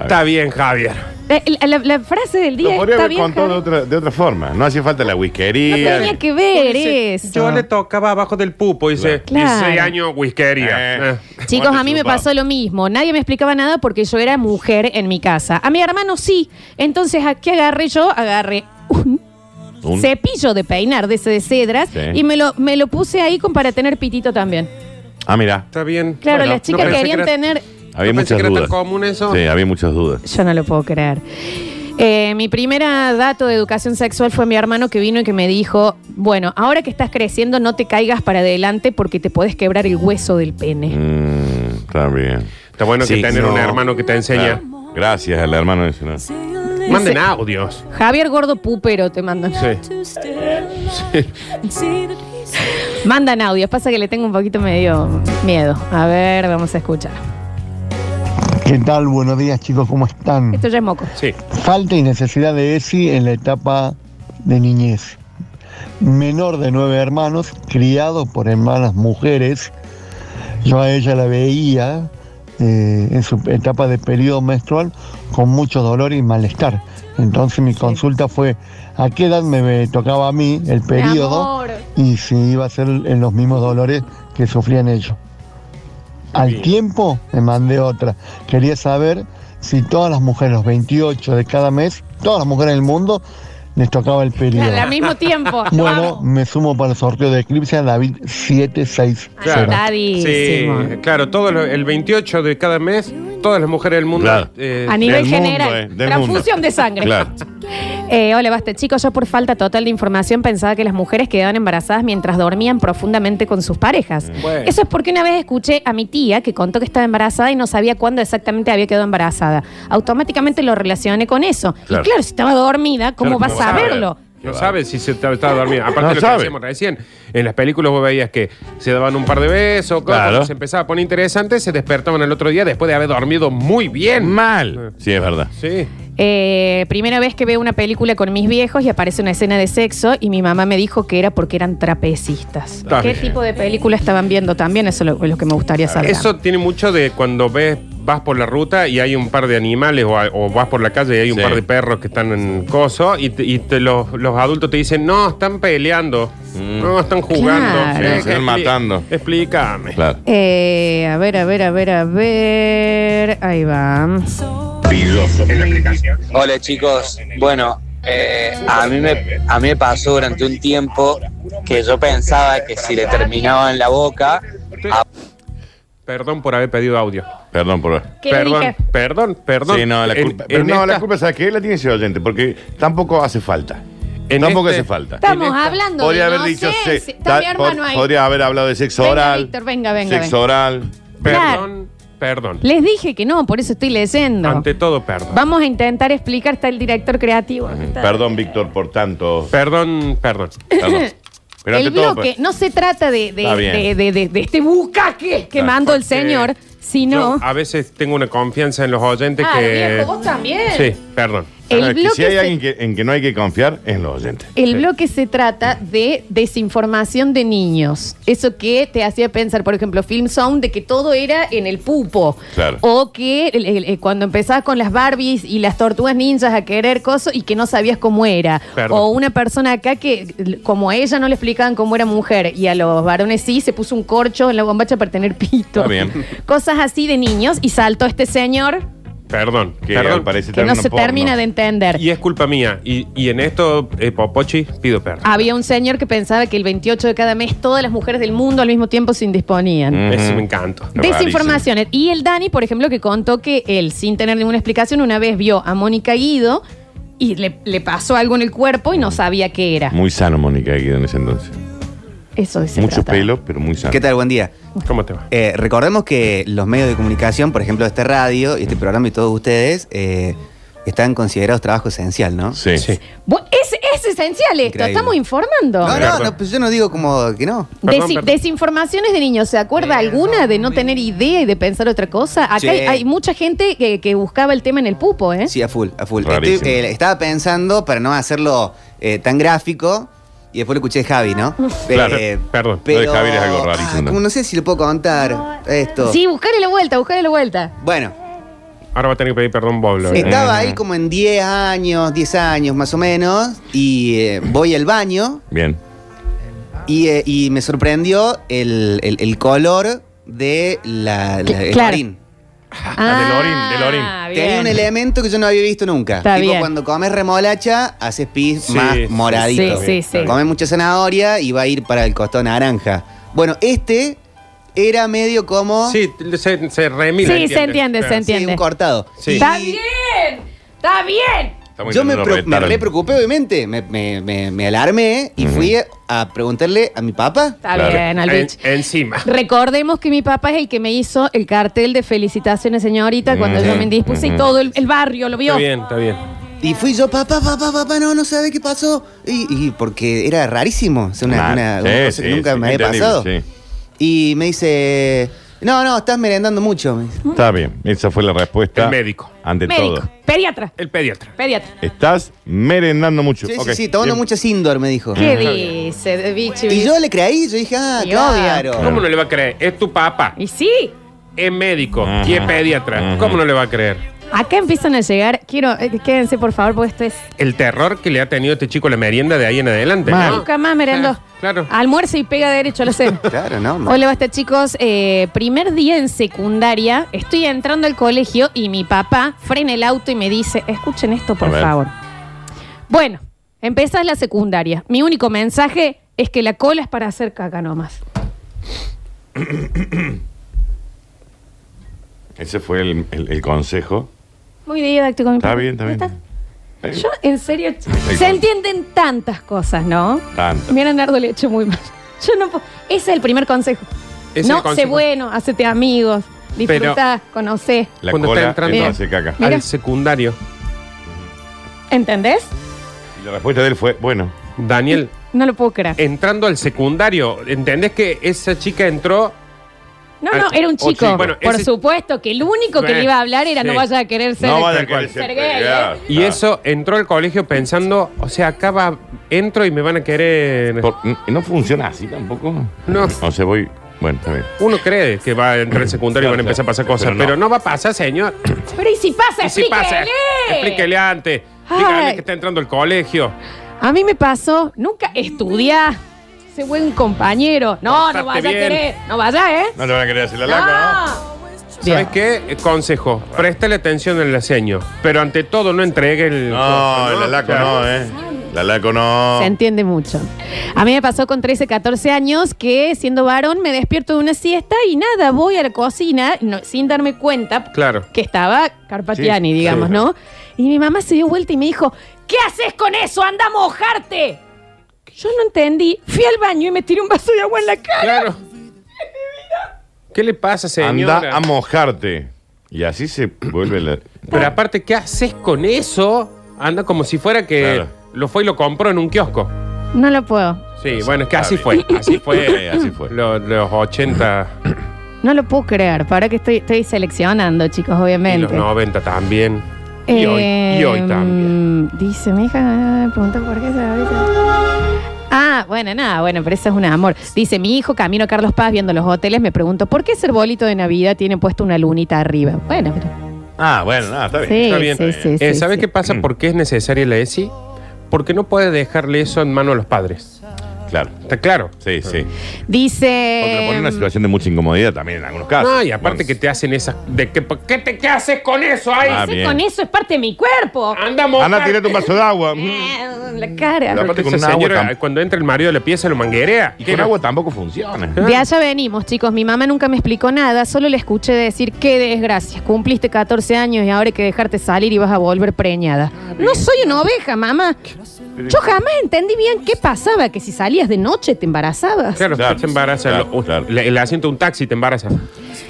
[SPEAKER 3] Está bien, Javier.
[SPEAKER 1] Eh, La, la frase del día
[SPEAKER 2] Lo podría
[SPEAKER 1] está
[SPEAKER 2] haber
[SPEAKER 1] bien.
[SPEAKER 2] contado de
[SPEAKER 1] Javier.
[SPEAKER 2] otra, de otra forma. No hacía falta la
[SPEAKER 1] No
[SPEAKER 2] whiskería.
[SPEAKER 1] tenía que ver eso.
[SPEAKER 3] Yo le tocaba abajo del pupo, dice,
[SPEAKER 1] Claro.
[SPEAKER 3] 16 años whiskería. Eh.
[SPEAKER 1] Chicos,
[SPEAKER 2] Ponte
[SPEAKER 1] a mí me
[SPEAKER 2] chupado.
[SPEAKER 1] pasó lo mismo. Nadie me explicaba nada porque yo era mujer en mi casa. A mi hermano sí. Entonces, ¿a qué agarré yo? Agarré un
[SPEAKER 2] Un-
[SPEAKER 1] cepillo de peinar de ese de cedras
[SPEAKER 2] Sí.
[SPEAKER 1] y me lo, me lo puse ahí con para tener pitito también.
[SPEAKER 2] Ah, mira.
[SPEAKER 3] Está bien.
[SPEAKER 1] Claro,
[SPEAKER 3] Bueno,
[SPEAKER 1] las chicas
[SPEAKER 3] no pensé
[SPEAKER 1] querían
[SPEAKER 3] que era-
[SPEAKER 1] tener.
[SPEAKER 2] Había
[SPEAKER 3] no pensé
[SPEAKER 2] muchas
[SPEAKER 3] que era tan
[SPEAKER 2] dudas.
[SPEAKER 3] común eso.
[SPEAKER 2] Sí, había muchas dudas.
[SPEAKER 1] Yo no lo puedo creer. Eh, mi primera dato de educación sexual fue mi hermano que vino y que me dijo: Bueno, ahora que estás creciendo, no te caigas para adelante porque te puedes quebrar el hueso del pene.
[SPEAKER 2] Mm, está bien.
[SPEAKER 3] Está bueno que tener un hermano que te enseña.
[SPEAKER 2] Claro. Gracias al hermano ese, ¿no?
[SPEAKER 3] Manden audios.
[SPEAKER 1] Javier Gordo Pupero te mandan.
[SPEAKER 4] Sí.
[SPEAKER 1] Mandan audios, pasa que le tengo un poquito medio miedo. A ver, vamos a escuchar.
[SPEAKER 14] ¿Qué tal? Buenos días chicos, ¿cómo están?
[SPEAKER 1] Esto ya es moco.
[SPEAKER 3] Sí.
[SPEAKER 14] Falta y necesidad de ESI en la etapa de niñez. Menor de nueve hermanos, criado por hermanas mujeres. Yo a ella la veía eh, en su etapa de periodo menstrual con mucho dolor y malestar. Entonces mi consulta fue a qué edad me ve- tocaba a mí el periodo
[SPEAKER 1] amor.
[SPEAKER 14] y si iba a ser en los mismos dolores que sufrían ellos. Al tiempo me mandé otra. Quería saber si todas las mujeres, los 28 de cada mes, todas las mujeres del mundo, les tocaba el periodo.
[SPEAKER 1] Al mismo tiempo.
[SPEAKER 14] Bueno, me sumo para el sorteo de Eclipse a David 760.
[SPEAKER 3] Ah, Sí, claro, todo lo- el 28 de cada mes, todas las mujeres del mundo. eh,
[SPEAKER 1] A nivel
[SPEAKER 3] del mundo,
[SPEAKER 1] general.
[SPEAKER 3] eh, del mundo.
[SPEAKER 1] transfusión de sangre. Eh, hola, basta, chicos. Yo por falta total de información pensaba que las mujeres quedaban embarazadas mientras dormían profundamente con sus parejas.
[SPEAKER 15] Bueno.
[SPEAKER 1] Eso es porque una vez escuché a mi tía que contó que estaba embarazada y no sabía cuándo exactamente había quedado embarazada. Automáticamente lo relacioné con eso.
[SPEAKER 3] Claro.
[SPEAKER 1] Y claro, si estaba dormida, ¿cómo
[SPEAKER 3] Claro,
[SPEAKER 1] vas
[SPEAKER 3] no
[SPEAKER 1] a
[SPEAKER 3] sabe.
[SPEAKER 1] saberlo?
[SPEAKER 3] No sabe si se está- estaba dormida. Aparte
[SPEAKER 2] No
[SPEAKER 3] de lo
[SPEAKER 2] sabe.
[SPEAKER 3] que decíamos recién, en las películas vos veías que se daban un par de besos, cosas,
[SPEAKER 2] Claro.
[SPEAKER 3] cuando se empezaba a poner interesante, se despertaban el otro día después de haber dormido muy bien. Mal.
[SPEAKER 2] Sí, es verdad.
[SPEAKER 3] Sí.
[SPEAKER 1] Eh, primera vez que veo una película con mis viejos y aparece una escena de sexo y mi mamá me dijo que era porque eran trapecistas.
[SPEAKER 3] Está
[SPEAKER 1] ¿Qué
[SPEAKER 3] bien.
[SPEAKER 1] tipo de película estaban viendo también? Eso es lo, lo que me gustaría saber.
[SPEAKER 3] Eso tiene mucho de cuando ves, vas por la ruta y hay un par de animales o, a- o vas por la calle y hay un par de perros que están en coso y, te- y te- los, los adultos te dicen, no, están peleando, no, están jugando,
[SPEAKER 1] Mm. Claro.
[SPEAKER 3] Sí,
[SPEAKER 2] Se
[SPEAKER 3] expli-
[SPEAKER 2] están matando.
[SPEAKER 3] Explícame.
[SPEAKER 2] Claro.
[SPEAKER 1] Eh, a ver, a ver, a ver, a ver. Ahí va.
[SPEAKER 16] Hola chicos, bueno, eh, a, mí me, a mí me pasó durante un tiempo que yo pensaba que si le terminaba en la boca...
[SPEAKER 3] Perdón por haber pedido audio.
[SPEAKER 2] Perdón por.
[SPEAKER 3] ¿Qué le Perdón, dije? perdón, perdón.
[SPEAKER 2] Sí, no, la
[SPEAKER 3] En-
[SPEAKER 2] culpa. pero
[SPEAKER 3] en
[SPEAKER 2] no, la
[SPEAKER 3] esta-
[SPEAKER 2] culpa, ¿sabes qué? La tiene ese oyente, porque tampoco hace falta. tampoco
[SPEAKER 3] este-
[SPEAKER 2] hace falta.
[SPEAKER 1] Estamos hablando
[SPEAKER 2] Podría
[SPEAKER 1] de
[SPEAKER 2] haber dicho.
[SPEAKER 1] inocencia.
[SPEAKER 2] se-
[SPEAKER 1] Está mi
[SPEAKER 2] ta-
[SPEAKER 1] hermano
[SPEAKER 2] pod-
[SPEAKER 1] ahí.
[SPEAKER 2] Podría haber hablado de sexo
[SPEAKER 1] Venga,
[SPEAKER 2] oral.
[SPEAKER 1] Víctor, venga, venga,
[SPEAKER 2] Sexo
[SPEAKER 1] venga.
[SPEAKER 2] oral.
[SPEAKER 1] Claro.
[SPEAKER 3] Perdón, perdón.
[SPEAKER 1] Les dije que no, por eso estoy leyendo.
[SPEAKER 3] Ante todo, perdón.
[SPEAKER 1] Vamos a intentar explicar, está el director creativo. Está.
[SPEAKER 2] Perdón, Víctor, por tanto.
[SPEAKER 3] Perdón, perdón.
[SPEAKER 2] Perdón. Pero
[SPEAKER 1] el
[SPEAKER 2] ante todo,
[SPEAKER 1] bloque
[SPEAKER 2] pues,
[SPEAKER 1] no se trata de, de-
[SPEAKER 3] Está bien.
[SPEAKER 1] de- de- de- de este bucaque que
[SPEAKER 3] Claro,
[SPEAKER 1] mandó el
[SPEAKER 3] porque
[SPEAKER 1] señor,
[SPEAKER 3] Yo
[SPEAKER 1] sino...
[SPEAKER 3] a veces tengo una confianza en los oyentes
[SPEAKER 1] Ah,
[SPEAKER 3] que.
[SPEAKER 1] viejo, vos también.
[SPEAKER 3] Sí, perdón.
[SPEAKER 1] El
[SPEAKER 2] claro, es que
[SPEAKER 1] bloque
[SPEAKER 2] si hay
[SPEAKER 1] se-
[SPEAKER 2] alguien que- en que no hay que confiar, es en los oyentes.
[SPEAKER 1] El bloque se trata de desinformación de niños. Eso que te hacía pensar, por ejemplo, Film Sound, de que todo era en el pupo.
[SPEAKER 2] Claro.
[SPEAKER 1] O que el- el- el- cuando empezabas con las Barbies y las tortugas ninjas a querer cosas y que no sabías cómo era.
[SPEAKER 15] Perdón.
[SPEAKER 1] O una persona acá que, l- como a ella, no le explicaban cómo era mujer y a los varones sí, se puso un corcho en la bombacha para tener pito.
[SPEAKER 2] Está bien.
[SPEAKER 1] Cosas así de niños y saltó este señor
[SPEAKER 3] Perdón.
[SPEAKER 2] Que
[SPEAKER 3] perdón.
[SPEAKER 2] al parecer
[SPEAKER 1] que no se termina de entender.
[SPEAKER 3] Y es culpa mía. Y, y en esto, eh, Popochi, pido perdón.
[SPEAKER 1] Había un señor que pensaba que el 28 de cada mes todas las mujeres del mundo al mismo tiempo se indisponían.
[SPEAKER 3] Ese me encanta.
[SPEAKER 2] Mm,
[SPEAKER 1] Desinformaciones. Y el Dani, por ejemplo, que contó que él, sin tener ninguna explicación, una vez vio a Mónica Guido y le, le pasó algo en el cuerpo y no sabía qué era.
[SPEAKER 2] Muy sano, Mónica, aquí en ese entonces.
[SPEAKER 1] Eso es.
[SPEAKER 2] Mucho pelo, pero muy sano.
[SPEAKER 17] ¿Qué tal? Buen día. Eh,
[SPEAKER 3] ¿Cómo te va?
[SPEAKER 17] recordemos que los medios de comunicación, por ejemplo, este radio y este programa y todos ustedes, eh, están considerados trabajo esencial, ¿no?
[SPEAKER 2] Sí.
[SPEAKER 1] Bu- Es, es esencial esto,
[SPEAKER 17] Increíble.
[SPEAKER 1] estamos informando.
[SPEAKER 17] No, no, no, pues yo no digo como que no.
[SPEAKER 1] Desi- Desinformaciones de niños, ¿se acuerda alguna de no tener idea y de pensar otra cosa? Acá
[SPEAKER 17] Sí.
[SPEAKER 1] hay, hay mucha gente que, que buscaba el tema en el pupo, ¿eh?
[SPEAKER 17] Sí, a full, a full.
[SPEAKER 2] Rarísimo.
[SPEAKER 17] Estoy, eh, estaba pensando para no hacerlo eh, tan gráfico y después lo escuché de Javi, ¿no?
[SPEAKER 2] Claro,
[SPEAKER 17] Eh,
[SPEAKER 2] perdón. Lo de
[SPEAKER 17] pero-
[SPEAKER 2] Javier es algo
[SPEAKER 17] Ah,
[SPEAKER 2] rarísimo.
[SPEAKER 17] como no sé si lo puedo contar esto.
[SPEAKER 1] Sí, buscarle la vuelta, buscarle la vuelta.
[SPEAKER 17] Bueno,
[SPEAKER 3] Ahora va a tener que pedir perdón, Pablo.
[SPEAKER 17] estaba ahí como en 10 años, 10 años más o menos, y eh, voy al baño
[SPEAKER 2] Bien.
[SPEAKER 17] y, eh, y me sorprendió el, el- el color de la, la- el
[SPEAKER 1] claro.
[SPEAKER 17] orín.
[SPEAKER 1] Ah,
[SPEAKER 17] del orín, del
[SPEAKER 1] orín.
[SPEAKER 17] Tenía
[SPEAKER 1] bien.
[SPEAKER 17] un elemento que yo no había visto nunca.
[SPEAKER 1] Está
[SPEAKER 17] tipo,
[SPEAKER 1] bien.
[SPEAKER 17] cuando comes remolacha, haces pis
[SPEAKER 1] Sí,
[SPEAKER 17] más
[SPEAKER 1] sí,
[SPEAKER 17] moradito.
[SPEAKER 1] sí, sí, sí.
[SPEAKER 17] Comes mucha zanahoria y va a ir para el costado naranja. Bueno, este era medio como...
[SPEAKER 3] Sí, se, se remila.
[SPEAKER 1] Sí, se entiende, se entiende.
[SPEAKER 17] Sí, un cortado.
[SPEAKER 1] Está bien, está bien.
[SPEAKER 17] Yo me, pre- me re preocupé, obviamente. Me, me- me- me alarmé y fui a preguntarle a mi papá.
[SPEAKER 1] Está bien, al
[SPEAKER 3] Eh.
[SPEAKER 1] bitch.
[SPEAKER 3] encima.
[SPEAKER 1] Recordemos que mi papá es el que me hizo el cartel de felicitaciones, señorita, cuando
[SPEAKER 17] Mm.
[SPEAKER 1] yo me indispuse y
[SPEAKER 17] Mm.
[SPEAKER 1] todo el, el barrio lo vio.
[SPEAKER 3] está bien.
[SPEAKER 17] Y fui yo, papá, papá, papá, no, no sabe qué pasó. Y, y porque era rarísimo. o sea, una,
[SPEAKER 2] Ah,
[SPEAKER 17] una-
[SPEAKER 2] sí,
[SPEAKER 17] una cosa que
[SPEAKER 2] sí,
[SPEAKER 17] nunca
[SPEAKER 2] sí,
[SPEAKER 17] me había
[SPEAKER 2] entendible,
[SPEAKER 17] pasado.
[SPEAKER 2] sí.
[SPEAKER 17] Y me dice, no, no, estás merendando mucho. me dice.
[SPEAKER 2] Está bien. Esa fue la respuesta.
[SPEAKER 17] El
[SPEAKER 3] médico.
[SPEAKER 2] Ante
[SPEAKER 1] Médico,
[SPEAKER 2] todo.
[SPEAKER 1] pediatra.
[SPEAKER 3] El pediatra.
[SPEAKER 1] Pediatra.
[SPEAKER 2] Estás merendando mucho.
[SPEAKER 17] Sí, sí,
[SPEAKER 2] Ok,
[SPEAKER 17] sí, tomando
[SPEAKER 2] bien.
[SPEAKER 17] mucha Sindor, me dijo.
[SPEAKER 1] ¿Qué dice, bichi?
[SPEAKER 17] Y yo le creí, yo dije, ah,
[SPEAKER 1] Y
[SPEAKER 17] claro.
[SPEAKER 3] ¿Cómo no le va a creer? Es tu papá.
[SPEAKER 1] Y sí.
[SPEAKER 3] Es médico y es pediatra. ¿Cómo no le va a creer?
[SPEAKER 1] Acá empiezan a llegar, quiero, eh, quédense por favor, porque esto es...
[SPEAKER 3] El terror que le ha tenido este chico a la merienda de ahí en adelante. ¿no?
[SPEAKER 1] Nunca más merendó.
[SPEAKER 3] Claro.
[SPEAKER 1] Almuerzo y pega derecho a la cena.
[SPEAKER 17] Claro, no. ma.
[SPEAKER 1] Hola, basta chicos. Eh, primer día en secundaria, estoy entrando al colegio y mi papá frena el auto y me dice, escuchen esto por
[SPEAKER 15] ver.
[SPEAKER 1] favor. Bueno, empezás la secundaria. Mi único mensaje es que la cola es para hacer caca nomás.
[SPEAKER 2] Ese fue el, el- el consejo.
[SPEAKER 1] Muy didáctico mi
[SPEAKER 2] Está
[SPEAKER 1] papá.
[SPEAKER 2] bien, está bien.
[SPEAKER 1] Yo, en serio, se entienden tantas cosas, ¿no?
[SPEAKER 2] Tanto.
[SPEAKER 1] Mi a Nardo le he hecho muy mal. Yo no puedo- Ese es el primer consejo.
[SPEAKER 3] Ese
[SPEAKER 1] no,
[SPEAKER 3] es
[SPEAKER 1] sé
[SPEAKER 3] el consejo.
[SPEAKER 1] bueno, hacete amigos, disfruta, conocé.
[SPEAKER 2] La
[SPEAKER 3] cuando
[SPEAKER 2] cola
[SPEAKER 3] está entrando
[SPEAKER 2] es donde hace caca.
[SPEAKER 1] Mira.
[SPEAKER 3] al secundario.
[SPEAKER 1] ¿Entendés?
[SPEAKER 2] Y la respuesta de él fue, bueno.
[SPEAKER 3] Daniel,
[SPEAKER 1] No lo puedo
[SPEAKER 3] Eh,
[SPEAKER 1] creer.
[SPEAKER 3] entrando al secundario, ¿entendés que esa chica entró?
[SPEAKER 1] No, no, era un
[SPEAKER 3] O
[SPEAKER 1] chico.
[SPEAKER 3] ah, oh, sí, bueno,
[SPEAKER 1] por
[SPEAKER 3] ese-
[SPEAKER 1] supuesto que el único que
[SPEAKER 3] Eh,
[SPEAKER 1] le iba a hablar era
[SPEAKER 3] sí.
[SPEAKER 1] no vaya a querer ser. este
[SPEAKER 3] No
[SPEAKER 2] vaya a
[SPEAKER 1] tal cual.
[SPEAKER 2] querer ser
[SPEAKER 1] gay,
[SPEAKER 2] peleado.
[SPEAKER 1] ¿eh?
[SPEAKER 3] Y eso entró al colegio pensando, o sea, acá va, entro y me van a querer.
[SPEAKER 2] no funciona así tampoco.
[SPEAKER 3] No,
[SPEAKER 2] O sea, voy. Bueno, está bien.
[SPEAKER 3] uno cree que va a entrar al secundario y van a empezar a pasar cosas,
[SPEAKER 2] Pero
[SPEAKER 3] pero
[SPEAKER 2] no.
[SPEAKER 3] no, va a pasar, señor.
[SPEAKER 1] Pero y si pasa,
[SPEAKER 3] Y si pasa,
[SPEAKER 1] explíquele.
[SPEAKER 3] explíquele antes.
[SPEAKER 1] Ay.
[SPEAKER 3] Dígale que está entrando al colegio.
[SPEAKER 1] A mí me pasó, nunca estudiá, sé buen compañero. No,
[SPEAKER 3] Portate
[SPEAKER 1] no vaya
[SPEAKER 3] bien.
[SPEAKER 1] a querer. No vaya, ¿eh? Ah.
[SPEAKER 2] No le van a querer hacer la laca, ¿no?
[SPEAKER 1] No.
[SPEAKER 3] ¿Sabes qué? Eh, Consejo, préstale atención al diseño, pero ante todo no entregue el...
[SPEAKER 2] No,
[SPEAKER 3] coso,
[SPEAKER 2] la laco no, ¿eh? La laco
[SPEAKER 3] Ah.
[SPEAKER 2] no.
[SPEAKER 1] Se entiende mucho. A mí me pasó con 13, 14 años que siendo varón me despierto de una siesta y nada, voy a la cocina no, sin darme cuenta
[SPEAKER 3] Claro.
[SPEAKER 1] que estaba Carpatiani,
[SPEAKER 3] Sí,
[SPEAKER 1] digamos,
[SPEAKER 3] sí.
[SPEAKER 1] ¿no? Y mi mamá se dio vuelta y me dijo, ¿qué haces con eso? Anda a mojarte. Yo no entendí. Fui al baño y me tiré un vaso de agua en la cara.
[SPEAKER 3] Claro. ¿Qué le pasa, señora?
[SPEAKER 2] Anda a mojarte. Y así se vuelve la.
[SPEAKER 3] Pero aparte, ¿qué haces con eso? Anda como si fuera que
[SPEAKER 2] Claro.
[SPEAKER 3] lo fue y lo compró en un kiosco.
[SPEAKER 1] No lo puedo.
[SPEAKER 3] Sí, bueno, es que así
[SPEAKER 2] Está
[SPEAKER 3] fue.
[SPEAKER 2] bien.
[SPEAKER 3] Así
[SPEAKER 2] Sí,
[SPEAKER 3] fue.
[SPEAKER 2] así fue.
[SPEAKER 3] Los, los 80
[SPEAKER 1] No lo puedo creer. Para que estoy, estoy seleccionando, chicos,
[SPEAKER 3] y
[SPEAKER 1] obviamente.
[SPEAKER 3] los 90 también. Y hoy, y
[SPEAKER 1] Em,
[SPEAKER 3] hoy también.
[SPEAKER 1] también. Dice mi hija, pregunta por qué se abre esa- Ah, bueno, nada, bueno, pero eso es un amor. Dice mi hijo, camino a Carlos Paz viendo los hoteles, me pregunto, ¿por qué ese arbolito de Navidad tiene puesto una lunita arriba? Bueno, pero.
[SPEAKER 2] Ah, bueno, no, está bien.
[SPEAKER 1] Sí,
[SPEAKER 3] Está bien.
[SPEAKER 1] sí, sí,
[SPEAKER 3] Eh,
[SPEAKER 1] sí,
[SPEAKER 3] ¿Sabes
[SPEAKER 1] sí.
[SPEAKER 3] qué
[SPEAKER 2] Mm.
[SPEAKER 3] pasa? ¿Por qué es necesaria la ESI? Porque no puedes dejarle eso en mano a los padres.
[SPEAKER 2] Claro.
[SPEAKER 3] ¿Está claro?
[SPEAKER 2] Sí, sí. Porque lo
[SPEAKER 1] Dice. em,
[SPEAKER 2] pone en una situación de mucha incomodidad también en algunos casos.
[SPEAKER 3] No, y aparte que te hacen esas. De que, ¿Qué te qué haces con eso ahí?
[SPEAKER 2] Ah,
[SPEAKER 1] "Sí,
[SPEAKER 2] bien.
[SPEAKER 1] con eso es parte de mi cuerpo.
[SPEAKER 3] Andamos.
[SPEAKER 2] Ana, tírate un vaso de agua.
[SPEAKER 1] La cara.
[SPEAKER 2] La parte
[SPEAKER 3] Aparte
[SPEAKER 2] con
[SPEAKER 3] con
[SPEAKER 2] un agua
[SPEAKER 3] señora,
[SPEAKER 2] tam-
[SPEAKER 3] cuando entra el marido de la pieza lo manguerea.
[SPEAKER 2] Y con agua tampoco funciona.
[SPEAKER 1] De allá venimos, chicos. Mi mamá nunca me explicó nada, solo le escuché decir, qué desgracia, cumpliste 14 años y ahora hay que dejarte salir y vas a volver preñada. No soy una oveja, mamá. Yo jamás entendí bien qué pasaba, que si salías de noche te embarazabas.
[SPEAKER 3] Claro, te embaraza. lo- le- El asiento de un taxi te embaraza.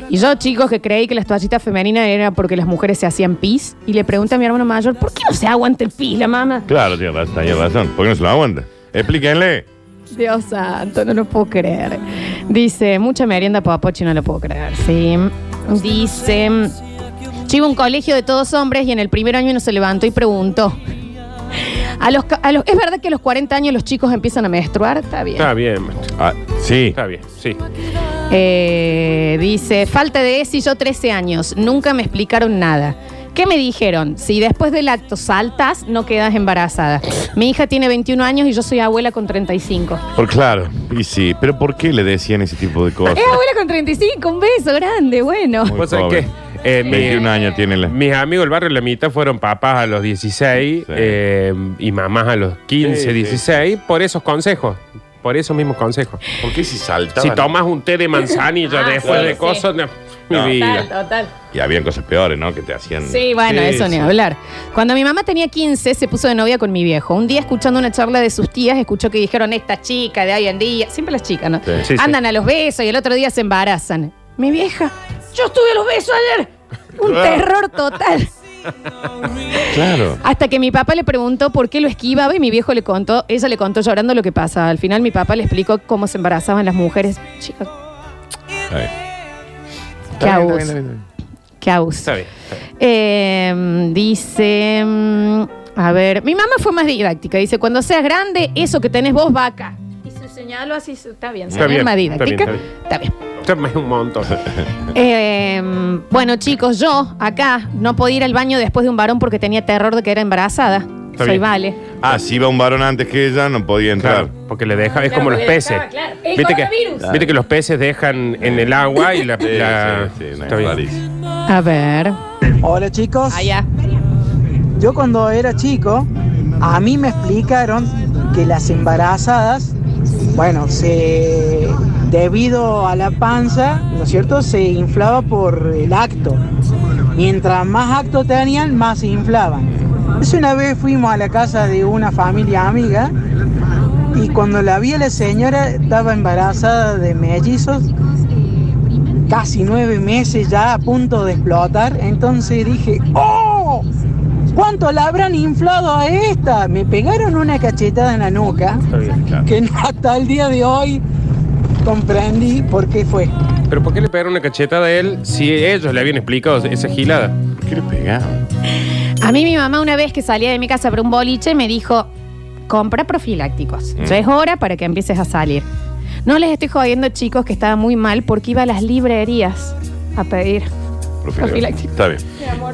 [SPEAKER 1] Y yo, chicos, que creí que las toallitas femeninas era porque las mujeres se hacían pis, y le pregunté a mi hermano mayor, ¿por qué no se aguanta el pis la mamá?
[SPEAKER 2] Claro, tiene razón, tiene razón. ¿Por qué no se lo aguanta? Explíquenle.
[SPEAKER 1] Dios santo, no lo puedo creer. Dice, mucha merienda pochi, no lo puedo creer. Sí. Dice, chivo un colegio de todos hombres y en el primer año no se levantó y preguntó. A los, ca- a los- ¿Es verdad que a los 40 años los chicos empiezan a menstruar? Está bien.
[SPEAKER 3] Está bien. maestro.
[SPEAKER 2] Ah, sí.
[SPEAKER 3] Está bien, sí.
[SPEAKER 1] Eh, dice, falta de ESI, yo 13 años. Nunca me explicaron nada. ¿Qué me dijeron? Si después del acto saltas, no quedas embarazada. Mi hija tiene 21 años y yo soy abuela con 35.
[SPEAKER 2] Por claro. Y sí. Pero ¿por qué le decían ese tipo de cosas?
[SPEAKER 1] Es abuela con 35, un beso grande, bueno.
[SPEAKER 2] Muy
[SPEAKER 3] ¿Vos sabés
[SPEAKER 2] joven.
[SPEAKER 3] qué? Eh, mi-
[SPEAKER 2] 21 años tiene la.
[SPEAKER 3] Mis amigos del barrio, la mitad fueron papás a los 16 eh, y mamás a los 15,
[SPEAKER 2] Sí, sí,
[SPEAKER 3] 16, por esos consejos. Por esos mismos consejos.
[SPEAKER 2] ¿Por qué si saltaban?
[SPEAKER 3] Si tomas un té de manzanilla
[SPEAKER 1] Ah,
[SPEAKER 3] después
[SPEAKER 1] sí,
[SPEAKER 3] de
[SPEAKER 1] sí.
[SPEAKER 3] cosas, no, mi
[SPEAKER 2] No.
[SPEAKER 1] Total,
[SPEAKER 3] vida.
[SPEAKER 1] total.
[SPEAKER 2] Y habían cosas peores, ¿no? Que te hacían.
[SPEAKER 1] Sí, bueno, eso ni
[SPEAKER 2] sí.
[SPEAKER 1] hablar. Cuando mi mamá tenía 15, se puso de novia con mi viejo. Un día, escuchando una charla de sus tías, escuchó que dijeron: Esta chica de hoy en día, siempre las chicas, ¿no?
[SPEAKER 2] Sí. Sí, sí.
[SPEAKER 1] Andan a los besos y el otro día se embarazan. Mi vieja, yo estuve a los besos ayer. Un
[SPEAKER 2] Claro.
[SPEAKER 1] terror total.
[SPEAKER 2] Claro.
[SPEAKER 1] Hasta que mi papá le preguntó por qué lo esquivaba y mi viejo le contó, ella le contó llorando lo que pasa. Al final mi papá le explicó cómo se embarazaban las mujeres. Chicos,
[SPEAKER 2] Está bien.
[SPEAKER 1] qué
[SPEAKER 2] Está bien, está
[SPEAKER 1] abuso.
[SPEAKER 2] bien, está bien, está bien.
[SPEAKER 1] Qué abuso.
[SPEAKER 3] Está bien.
[SPEAKER 1] Eh, dice. mm, A ver, mi mamá fue más didáctica. Dice: Cuando seas grande, eso que tenés vos va acá. Y se señaló así, se- está bien.
[SPEAKER 3] Está
[SPEAKER 1] señal
[SPEAKER 3] bien,
[SPEAKER 1] más
[SPEAKER 3] está bien,
[SPEAKER 1] didáctica.
[SPEAKER 3] está bien.
[SPEAKER 1] Está bien.
[SPEAKER 3] Esto es un montón.
[SPEAKER 1] Eh, bueno, chicos, yo acá no podía ir al baño después de un varón porque tenía terror de que era embarazada.
[SPEAKER 3] Está
[SPEAKER 1] Soy
[SPEAKER 3] bien.
[SPEAKER 1] vale.
[SPEAKER 2] Ah, si iba un varón antes que ella, no podía entrar.
[SPEAKER 3] Claro, porque le deja, es
[SPEAKER 1] Claro,
[SPEAKER 3] como los
[SPEAKER 1] porque le
[SPEAKER 3] peces.
[SPEAKER 1] dejaba, Ah, claro. El
[SPEAKER 3] ¿Viste,
[SPEAKER 1] coronavirus.
[SPEAKER 3] que, viste que los peces dejan en el agua y la.
[SPEAKER 2] Sí,
[SPEAKER 3] la-
[SPEAKER 2] sí, sí, no,
[SPEAKER 3] está bien.
[SPEAKER 2] rarísimo.
[SPEAKER 1] A ver.
[SPEAKER 15] Hola chicos,
[SPEAKER 1] Allá.
[SPEAKER 15] yo cuando era chico, a mí me explicaron que las embarazadas, bueno, se debido a la panza, ¿no es cierto?, se inflaba por el acto. Mientras más acto tenían, más se inflaban. Entonces una vez fuimos a la casa de una familia amiga y cuando la vi a la señora estaba embarazada de mellizos, casi nueve meses ya a punto de explotar, entonces dije, ¡oh! ¿Cuánto la habrán inflado a esta? Me pegaron una cachetada en la nuca que no- hasta el día de hoy comprendí por qué fue.
[SPEAKER 3] Pero ¿por qué le pegaron una cachetada a él si ellos le habían explicado esa gilada? ¿Por qué le pegaron?
[SPEAKER 1] A mí mi mamá una vez que salía de mi casa para un boliche me dijo, compra profilácticos.
[SPEAKER 3] Mm.
[SPEAKER 1] Ya es hora para que empieces a salir. No les estoy jodiendo chicos que estaba muy mal porque iba a las librerías a pedir. Profiláctico.
[SPEAKER 2] Está bien.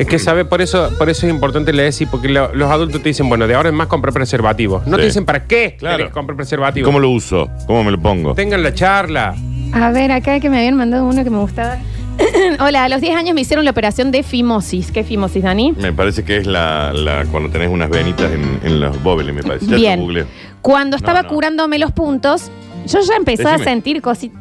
[SPEAKER 3] Es que sabe, por eso, por eso es importante la ESI, porque lo- los adultos te dicen, bueno, de ahora en más comprar preservativos. No
[SPEAKER 2] Sí.
[SPEAKER 3] te dicen para qué claro. comprar preservativos.
[SPEAKER 2] ¿Cómo lo uso? ¿Cómo me lo pongo?
[SPEAKER 3] Tengan la charla.
[SPEAKER 1] A ver, acá que me habían mandado uno que me gustaba. Hola, a los 10 años me hicieron la operación de fimosis. ¿Qué fimosis, Dani?
[SPEAKER 2] Me parece que es la, la- cuando tenés unas venitas en, en los bóveles, me parece. Ya te
[SPEAKER 1] Bien.
[SPEAKER 2] googleé.
[SPEAKER 1] Cuando estaba curándome los puntos, yo ya empezaba
[SPEAKER 2] Decime.
[SPEAKER 1] a sentir cositas.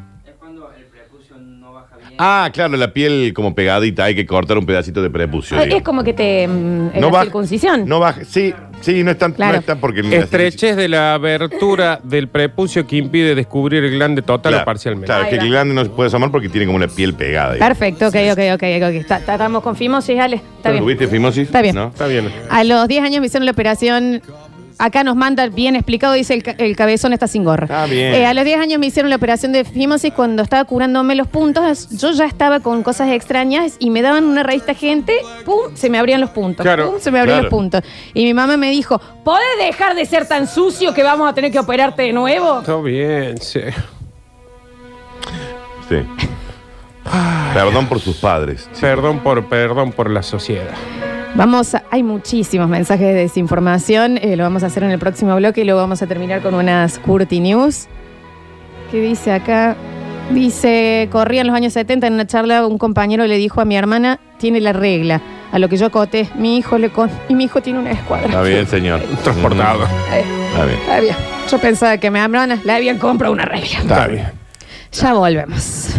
[SPEAKER 2] Ah, claro, la piel como pegadita, hay que cortar un pedacito de prepucio. digo.
[SPEAKER 1] Ah, Es como que te... mm, en la
[SPEAKER 2] No baja-
[SPEAKER 1] circuncisión.
[SPEAKER 2] No baja, sí, sí, no es tan,
[SPEAKER 1] Claro.
[SPEAKER 2] no es tan porque la-
[SPEAKER 3] Estrechez de la abertura del prepucio que impide descubrir el glande total
[SPEAKER 2] Claro,
[SPEAKER 3] o parcialmente.
[SPEAKER 2] Claro,
[SPEAKER 1] Ahí
[SPEAKER 2] que
[SPEAKER 1] va.
[SPEAKER 2] el glande no se puede asomar porque tiene como una piel pegada. digo.
[SPEAKER 1] Perfecto, ok, ok, ok, ok. Está- está- Estamos con fimosis, Ale. Está bien.
[SPEAKER 2] ¿Tuviste fimosis?
[SPEAKER 1] Está bien.
[SPEAKER 2] ¿No?
[SPEAKER 3] Está bien.
[SPEAKER 1] A los 10 años me hicieron la operación. Acá nos manda bien explicado, dice el, ca- el cabezón está sin gorra.
[SPEAKER 3] Ah,
[SPEAKER 2] Está bien.
[SPEAKER 1] Eh, a los 10 años me hicieron la operación de fimosis cuando estaba curándome los puntos. Yo ya estaba con cosas extrañas y me daban una revista gente, ¡pum! Se me abrían los puntos.
[SPEAKER 3] Claro,
[SPEAKER 1] ¡Pum! Se me abrían
[SPEAKER 3] claro.
[SPEAKER 1] los puntos. Y mi mamá me dijo, ¿podés dejar de ser tan sucio que vamos a tener que operarte de nuevo?
[SPEAKER 3] Está bien, sí.
[SPEAKER 2] Sí. Perdón por sus padres.
[SPEAKER 3] Perdón por, perdón por la sociedad.
[SPEAKER 1] Vamos, a- hay muchísimos mensajes de desinformación. eh, lo vamos a hacer en el próximo bloque y luego vamos a terminar con unas Curti News. ¿Qué dice acá? Dice, corría en los años 70 en una charla, un compañero le dijo a mi hermana, tiene la regla. A lo que yo acoté, mi hijo le con... Y mi hijo tiene una escuadra.
[SPEAKER 2] Está bien, señor. Transportado. Está bien.
[SPEAKER 1] Está bien. Yo pensaba que mi hermana le habían comprado una regla.
[SPEAKER 2] Está bien.
[SPEAKER 1] Ya volvemos.